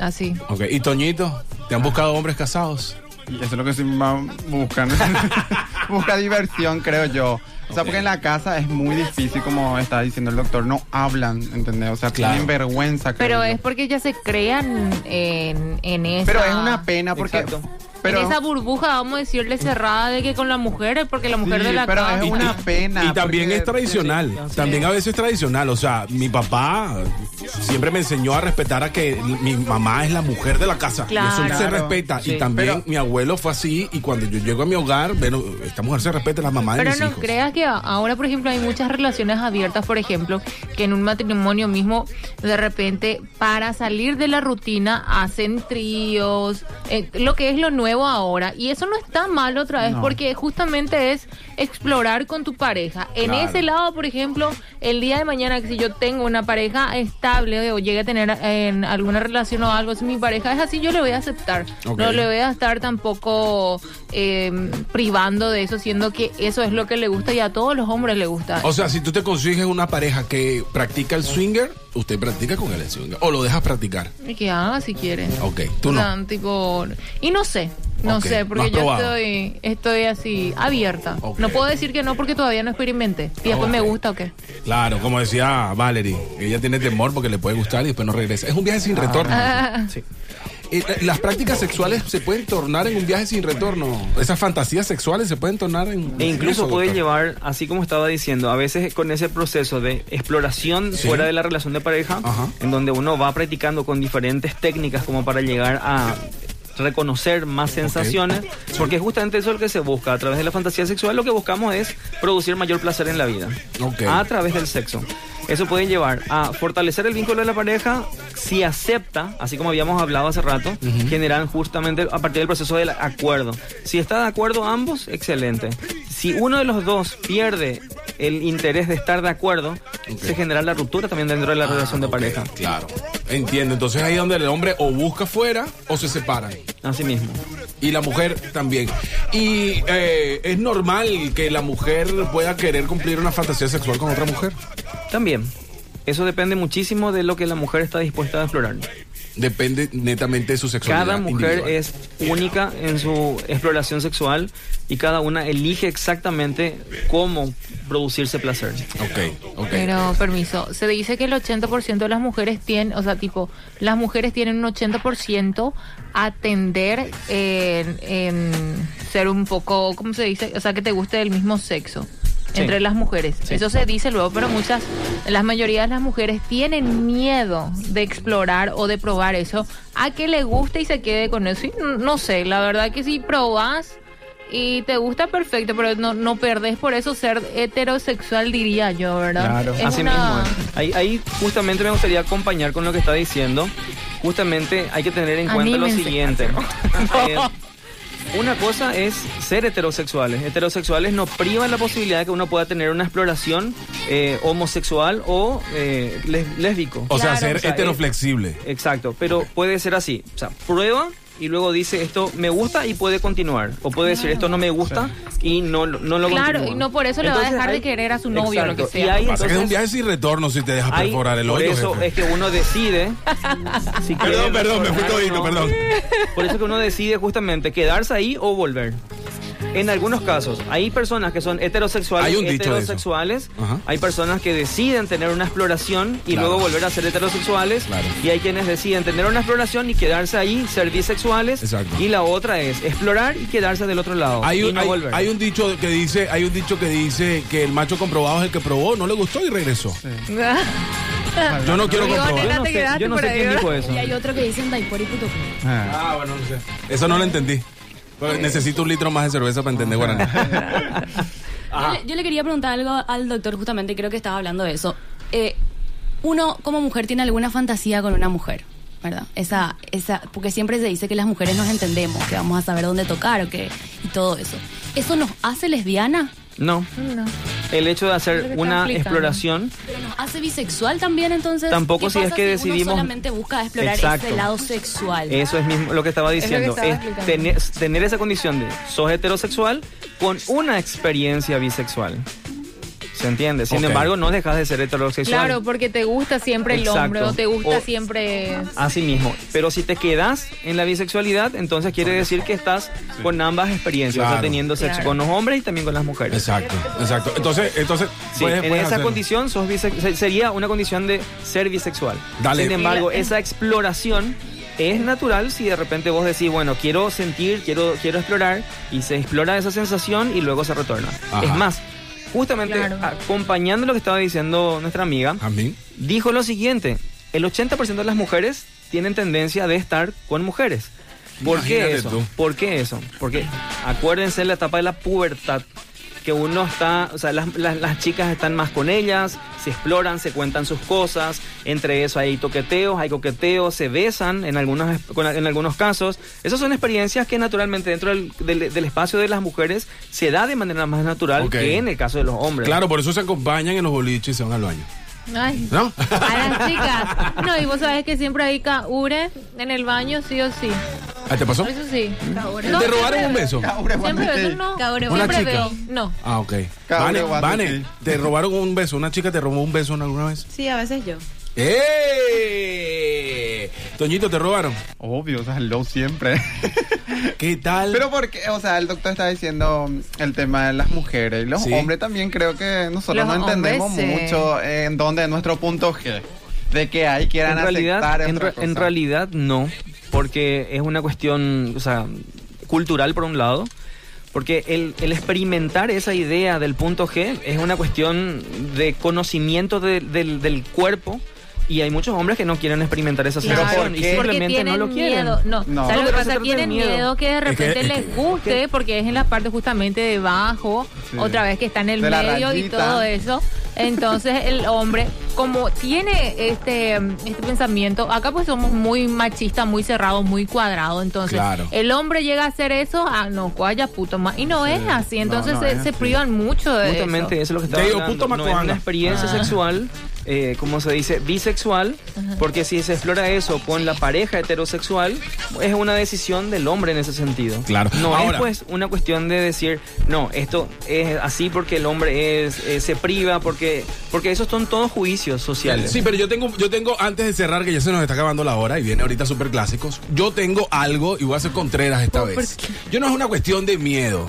I: Así.
D: Ok, ¿y Toñito? ¿Te han buscado hombres casados?
H: Y eso es lo que se ma- buscan. Busca diversión, creo yo. O sea, porque en la casa es muy difícil, como está diciendo el doctor, no hablan, ¿entendés? O sea, tienen vergüenza. creo
I: Pero
H: yo.
I: es porque ya se crean en, en esa.
H: Pero es una pena porque... Pero,
I: en esa burbuja, vamos a decirle, cerrada de que con la mujer, porque la mujer
H: Sí,
I: de la
H: pero
I: casa.
H: es una pena.
D: Y también es tradicional, también a veces es tradicional, o sea, mi papá siempre me enseñó a respetar a que mi mamá es la mujer de la casa, y eso
O: Claro.
D: se respeta,
O: Sí.
D: y también
O: Pero-
D: mi abuelo fue así, y cuando yo llego a mi hogar, bueno, esta mujer se respeta, la mamá de
I: Pero
D: mis
I: no
D: hijos.
I: creas que a- ahora, por ejemplo, hay muchas relaciones abiertas, por ejemplo, que en un matrimonio mismo, de repente, para salir de la rutina, hacen tríos, eh, lo que es lo nuevo ahora. Y eso no está mal otra vez,
R: No.
I: porque justamente es explorar con tu pareja. En
R: Claro.
I: ese lado, por ejemplo, el día de mañana, que si yo tengo una pareja estable o llegue a tener eh, en alguna relación o algo, si mi pareja es así, yo le voy a aceptar.
R: Ok.
I: No le voy a estar tampoco eh, privando de eso, siendo que eso es lo que le gusta y a todos los hombres le gusta.
D: O sea, si tú te consigues una pareja que practica el swinger, usted practica con el swinger, o lo dejas practicar.
I: Y que haga si quiere.
D: Ok, tú
I: O
D: no.
I: sea, tipo, y no sé, no
D: Ok,
I: sé,
D: no
I: porque
D: has
I: yo
D: probado.
I: estoy, estoy así, abierta.
D: Ok. Ah,
I: No puedo decir que no porque todavía no experimenté. Y después me gusta o qué.
D: Claro, como decía Valerie, ella tiene temor porque le puede gustar y después no regresa. Es un viaje sin retorno.
I: Ah.
D: Eh, eh, las prácticas sexuales se pueden tornar en un viaje sin retorno. Esas fantasías sexuales se pueden tornar en.
G: E incluso puede
D: llevar.
G: llevar, así como estaba diciendo, a veces con ese proceso de exploración
D: Sí.
G: fuera de la relación de pareja, en donde uno va practicando con diferentes técnicas como para llegar a reconocer más sensaciones, porque es justamente eso lo que se busca. A través de la fantasía sexual lo que buscamos es producir mayor placer en la vida, a través del sexo. Eso puede llevar a fortalecer el vínculo de la pareja si acepta, así como habíamos hablado hace rato, generan justamente a partir del proceso del acuerdo. Si está de acuerdo ambos, excelente. Si uno de los dos pierde el interés de estar de acuerdo, se genera la ruptura también dentro de la relación de pareja.
D: Ah, Claro. Entiendo. Entonces ahí es donde el hombre o busca fuera o se separan.
G: Así mismo.
D: Y la mujer también. Y eh, es normal que la mujer pueda querer cumplir una fantasía sexual con otra mujer.
G: También. Eso depende muchísimo de lo que la mujer está dispuesta a explorar.
D: Depende netamente de su sexualidad.
G: Cada mujer
D: individual.
G: es única en su exploración sexual y cada una elige exactamente cómo producirse placer.
D: Ok, ok.
I: Pero permiso, se dice que el 80% de las mujeres tienen, o sea, tipo, las mujeres tienen un 80% a tender en, en ser un poco, ¿cómo se dice? O sea, que te guste del mismo sexo.
R: Sí.
I: Entre las mujeres.
R: Sí.
I: Eso se dice luego, pero muchas, la mayoría de las mujeres tienen miedo de explorar o de probar eso, a que le guste y se quede con eso. Y n- no sé, la verdad que si probas y te gusta, perfecto, pero no, no perdés por eso ser heterosexual, diría yo, ¿verdad?
G: Claro.
I: Es
G: Así
I: una-
G: mismo. es. Ahí, ahí justamente me gustaría acompañar con lo que está diciendo. Justamente hay que tener en cuenta lo
I: Anímense.
G: siguiente. Eh, una cosa es ser heterosexuales. Heterosexuales no privan la posibilidad de que uno pueda tener una exploración eh, homosexual o eh, les- lésbico.
D: O sea, ser
G: eh,
D: heteroflexible.
G: Exacto, pero puede ser así. O sea, prueba y luego dice esto me gusta y puede continuar. O puede decir esto no me gusta y no, no lo
I: Claro,
G: continúa.
I: y no por eso le va a dejar de querer a su novio o lo que
G: exacto,
I: sea.
G: Y ahí,
D: Lo que pasa es que es un
G: entonces,
D: viaje sin retorno si te dejas
G: ahí,
D: perforar el
G: por
D: hoyo.
G: eso
D: jefe.
G: es que uno decide. si
D: Perdón,
G: quiere
D: perdón, me fui
G: retornar o
D: todito,
G: no.
D: perdón.
G: Por eso que uno decide justamente quedarse ahí o volver. En algunos casos, hay personas que son heterosexuales,
D: Hay un dicho de eso.
G: heterosexuales,
D: Ajá.
G: hay personas que deciden tener una exploración y
D: Claro.
G: luego volver a ser heterosexuales, y hay quienes deciden tener una exploración y quedarse ahí, ser bisexuales, y la otra es explorar y quedarse del otro lado
D: Hay
G: y
D: un,
G: no
D: hay,
G: volver.
D: hay un dicho que dice, hay un dicho que dice que el macho comprobado es el que probó, no le gustó y regresó. Yo no quiero
R: Amigo,
D: comprobar. Yo
R: nena,
D: no
R: te
D: sé-
R: quedaste
D: yo no
R: por
D: sé
R: ahí,
D: quién dijo
R: ¿verdad?
D: eso.
S: Y hay otro que dicen Daipor y Putupiry.
D: Ah, bueno, no sé. Eso no lo entendí. Pero Necesito un litro más de cerveza para entender guaraní.
F: Yo le, yo le quería preguntar algo al doctor, justamente creo que estaba hablando de eso. Eh, uno, como mujer, tiene alguna fantasía con una mujer, ¿verdad? Esa, esa, porque siempre se dice que las mujeres nos entendemos, que vamos a saber dónde tocar o que, y todo eso. ¿Eso nos hace lesbiana?
G: No.
F: No.
G: El hecho
F: Creo
G: de
F: que
G: hacer
F: está
G: una
F: aplicando.
G: exploración
F: ¿Pero nos hace bisexual también entonces?
G: Tampoco
F: ¿Qué
G: si es
F: pasa
G: que
F: uno
G: decidimos-
F: solamente busca explorar
G: Exacto. Eh,
F: ese lado sexual.
G: Eso es mismo lo que estaba
F: Es lo que
G: diciendo.
F: estaba
G: es
F: explicando.
G: tener, tener esa condición de sos heterosexual con una experiencia bisexual. ¿Se entiende? Sin
L: Ok.
G: embargo, no dejas de ser heterosexual.
I: Claro, porque te gusta siempre el
G: Exacto.
I: hombro, te gusta
G: O-
I: siempre.
G: Así mismo. Pero si te quedas en la bisexualidad, entonces quiere decir que estás con ambas experiencias, o sea,
D: Claro.
G: teniendo sexo
D: Claro.
G: con los hombres y también con las mujeres.
D: Exacto, exacto. Entonces, entonces
G: Sí,
D: puedes-
G: en
D: puedes
G: esa
D: hacerlo.
G: condición sos bisex- se- sería una condición de ser bisexual.
D: Dale.
G: Sin embargo,
D: Y la-
G: esa exploración es natural si de repente vos decís, bueno, quiero sentir, quiero, quiero explorar, y se explora esa sensación y luego se retorna.
D: Ajá.
G: Es más, justamente acompañando lo que estaba diciendo nuestra amiga, dijo lo siguiente, el 80% de las mujeres tienen tendencia de estar con mujeres. ¿Por qué
D: Imagínate
G: eso?
D: tú.
G: ¿Por qué eso? Porque acuérdense la etapa de la pubertad, que uno está, o sea, las, las- las chicas están más con ellas, se exploran, se cuentan sus cosas, entre eso hay toqueteos, hay coqueteos, se besan en algunos, en algunos casos. Esas son experiencias que naturalmente dentro del, del- del espacio de las mujeres se da de manera más natural
D: Ok.
G: que en el caso de los hombres.
D: Claro, por eso se acompañan en los boliches y se van al baño.
I: Ay,
D: ¿No?
I: a las chicas. No, y vos sabés que siempre hay caure en el baño, sí o sí.
D: Ah, ¿Te pasó?
I: Eso sí.
D: ¿Te robaron un beso?
I: Siempre veo, eso no.
D: ¿Una
I: siempre
D: chica?
I: veo. No.
D: Ah, ok.
H: Cabre,
D: Vane,
H: guante,
D: Vane,
H: sí.
D: ¿te robaron un beso? ¿Una chica te robó un beso alguna vez?
R: Sí, a veces yo.
D: ¡Eh! Toñito, ¿te robaron?
H: Obvio, o sea, lo siempre.
D: ¿Qué tal?
H: Pero porque, o sea, el doctor está diciendo el tema de las mujeres. Los
D: Sí.
H: hombres también creo que nosotros
I: Los
H: no entendemos
I: hombres, sí.
H: mucho en dónde es nuestro punto G. De que ahí quieran
G: en realidad,
H: aceptar
G: en,
H: otra
G: re- en
H: cosa.
G: realidad no, porque es una cuestión, o sea, cultural por un lado, porque el, el experimentar esa idea del punto G es una cuestión de conocimiento de- del, del cuerpo y hay muchos hombres que no quieren experimentar esa
I: Claro,
G: sensación y
I: porque
G: simplemente no
I: tienen
G: lo quieren.
I: Miedo. No,
G: No.
I: ¿sabes lo que
G: No, pero se
I: pasa?
G: trata de
I: Tienen
G: miedo.
I: miedo. que de
G: Es que-
I: repente
G: es
I: les guste, porque es en la parte justamente debajo,
G: Sí.
I: otra vez que está en el
G: De la
I: medio y
G: rayita.
I: todo eso. Entonces el hombre, como tiene este, este pensamiento, acá pues somos muy machistas, muy cerrados, muy cuadrados, entonces
T: Claro.
I: el hombre llega a hacer eso, ah, no, cuaya puto más, y no es así, entonces
G: no
I: se,
G: es
I: se
G: así.
I: privan mucho de
G: Justamente eso es lo que estaba
D: Te digo,
G: hablando.
D: puto
G: No es
D: macuana.
G: una experiencia
D: Ah.
G: sexual, eh, como se dice, bisexual, porque si se explora eso con la pareja heterosexual, es una decisión del hombre en ese sentido.
D: Claro.
G: No
D: Ahora.
G: es pues una cuestión de decir, no, esto es así porque el hombre es, eh, se priva, porque, porque esos son todos juicios sociales.
D: Sí, pero yo tengo, yo tengo, antes de cerrar, que ya se nos está acabando la hora y viene ahorita super clásicos, yo tengo algo y voy a hacer contreras esta vez. Yo no es una cuestión de miedo.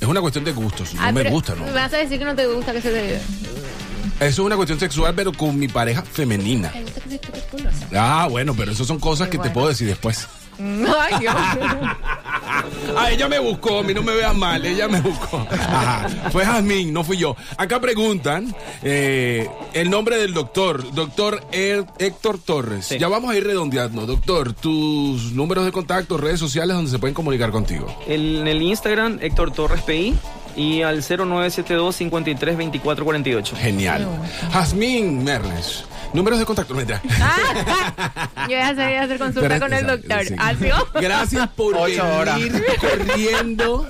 D: Es una cuestión de gustos. No
I: Ah,
D: me
I: pero
D: gusta, ¿no?
I: Me vas a decir que no te gusta que se te...
D: Eso es una cuestión sexual, pero con mi pareja femenina. Ah, bueno, pero eso son cosas que te puedo decir después.
I: Ay, Dios.
D: Ah, ella me buscó, a mí no me vean mal, ella me buscó. Ajá, fue Jazmín, no fui yo. Acá preguntan eh, el nombre del doctor, doctor Her- Héctor Torres. Ya vamos a ir redondeando. Doctor, tus números de contacto, redes sociales donde se pueden comunicar contigo.
G: El- en el Instagram, Héctor Torres PI, y al 0972 53 24 48.
D: Genial. Jazmín Merles, números de contacto. Mentira.
I: Yo voy a hacer, voy a hacer consulta
D: Pero,
I: con el
D: exacto,
I: doctor. ¿Ah,
D: sí.
I: ¿Así?
D: Gracias por venir corriendo.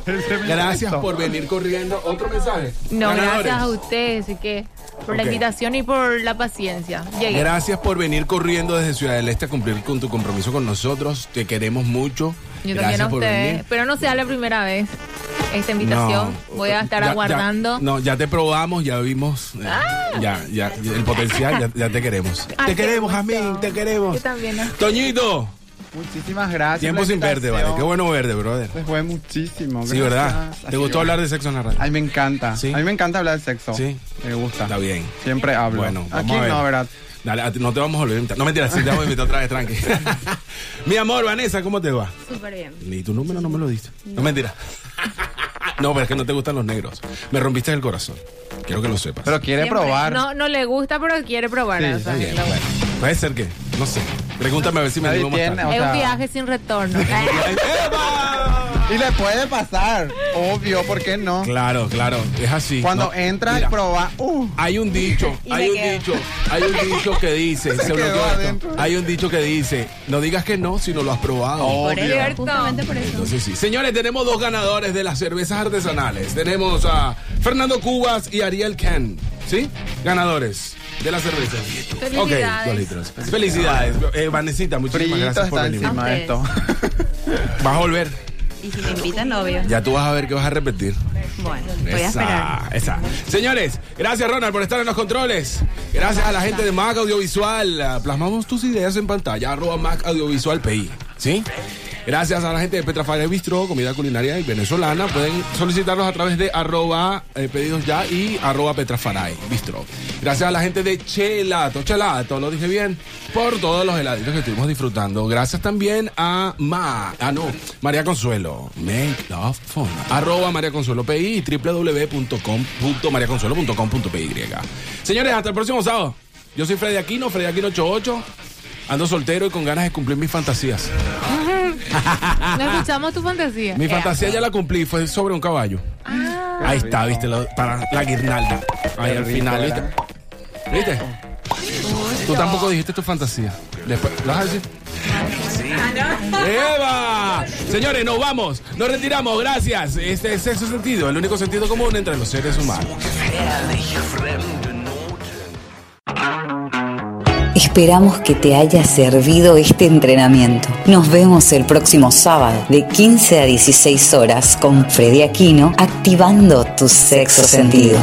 D: Gracias por venir corriendo. Otro mensaje.
I: No,
D: Ganadores.
I: gracias a ustedes, así que por la
D: Ok.
I: invitación y por la paciencia. Llegué.
D: Gracias por venir corriendo desde Ciudad del Este a cumplir con tu compromiso con nosotros. Te queremos mucho.
I: Yo también
D: Gracias
I: a
D: por
I: ustedes.
D: venir.
I: Pero no sea la primera vez esta invitación.
D: No.
I: Voy a estar
D: Ya- ya-
I: aguardando. Ah,
D: no, ya te probamos, ya vimos. eh, Ya, ya, el potencial, ya, ya te queremos.
I: Ay,
D: te
I: Ah, qué
D: queremos, Jamín, te queremos.
I: Yo también. ¿no?
D: Toñito,
H: Muchísimas gracias.
D: tiempo
H: por la
D: sin verte, vale. Qué
H: invitación.
D: bueno verte, brother.
H: Se fue muchísimo.
D: Sí, ¿verdad? ¿Te gustó hablar de sexo en la radio?
H: A mí me encanta. A mí me encanta hablar de sexo. Sí. Me gusta. Está
D: bien.
H: Siempre hablo.
D: Bueno, vamos
H: Aquí
D: a ver.
H: no, ¿verdad?
D: Dale, a ti- no te vamos a volver a invitar. No mentiras, sí te vamos a invitar otra vez, tranqui. Mi amor, Vanessa, ¿cómo te va?
R: Súper bien.
D: Ni tu número no me lo diste. No, mentira. No, pero es que no te gustan los negros. Me rompiste el corazón. Quiero que lo sepas.
H: Pero quiere
I: Siempre- No, no le gusta, pero quiere probar.
D: Sí,
I: o sea,
D: está bien,
I: lo-
D: bueno. Puede ser que, no sé. Pregúntame a ver si me
H: Nadie
D: animo más
H: tiene,
D: tarde.
I: es un viaje sin retorno.
H: Y le puede pasar, obvio, ¿por qué no?
D: Claro, claro, es así.
H: Cuando
D: No,
H: entra,
D: mira.
H: proba. Uh.
D: Hay un dicho,
H: Y me
D: hay un
H: quedo.
D: dicho, hay un dicho que dice,
H: Se
D: se bloqueó
H: quedó
D: esto.
H: adentro.
D: Hay un dicho que dice, no digas que no si no lo has probado.
R: Por
D: Obvio.
R: eso, justamente por eso.
D: Entonces sí. Señores, tenemos dos ganadores de las cervezas artesanales. Tenemos a Fernando Cubas y Ariel Ken. ¿Sí? Ganadores de las cervezas. Ok,
B: Felicidades.
D: dos litros. Felicidades. Eh, Vanesita, muchísimas
H: Frito
D: gracias por
H: está
D: venir.
H: encima de esto.
D: Vas a volver.
R: Y si le invitan, obvio.
D: Ya tú vas a ver que vas a repetir.
R: Bueno, voy a esperar.
D: Esa, esa. Señores, gracias Ronald por estar en los controles. Gracias a la gente de Mac Audiovisual. Ah, Plasmamos tus ideas en pantalla. Arroba Mac Audiovisual PI. ¿Sí? Gracias a la gente de Petrafare Bistro, comida culinaria y venezolana. Pueden solicitarlos a través de arroba eh, pedidos ya y arroba Petrafaray Bistro. Gracias a la gente de Chelato, Chelato, lo dije bien, por todos los heladitos que estuvimos disfrutando. Gracias también a Ma, ah no, María Consuelo, Make Love Fun, arroba María Consuelo PI y www.mariaconsuelo.com.py. Señores, hasta el próximo sábado. Yo soy Freddy Aquino, Freddy Aquino 88. Ando soltero y con ganas de cumplir mis fantasías.
I: No escuchamos tu fantasía. Ah.
D: Mi
I: Eh,
D: fantasía ya la cumplí, fue sobre un caballo. Ahí está, viste, la, para la guirnalda. Ahí al final, viste. ¿Viste? Tú tampoco dijiste tu fantasía. Después, ¿lo vas a decir?
R: Ah,
D: ¡Eva! Señores, nos vamos, nos retiramos, gracias. Este es sexto sentido, el único sentido común entre los seres humanos.
A: Esperamos que te haya servido este entrenamiento. Nos vemos el próximo sábado de 15 a 16 horas con Freddy Aquino activando tu sexo sentido.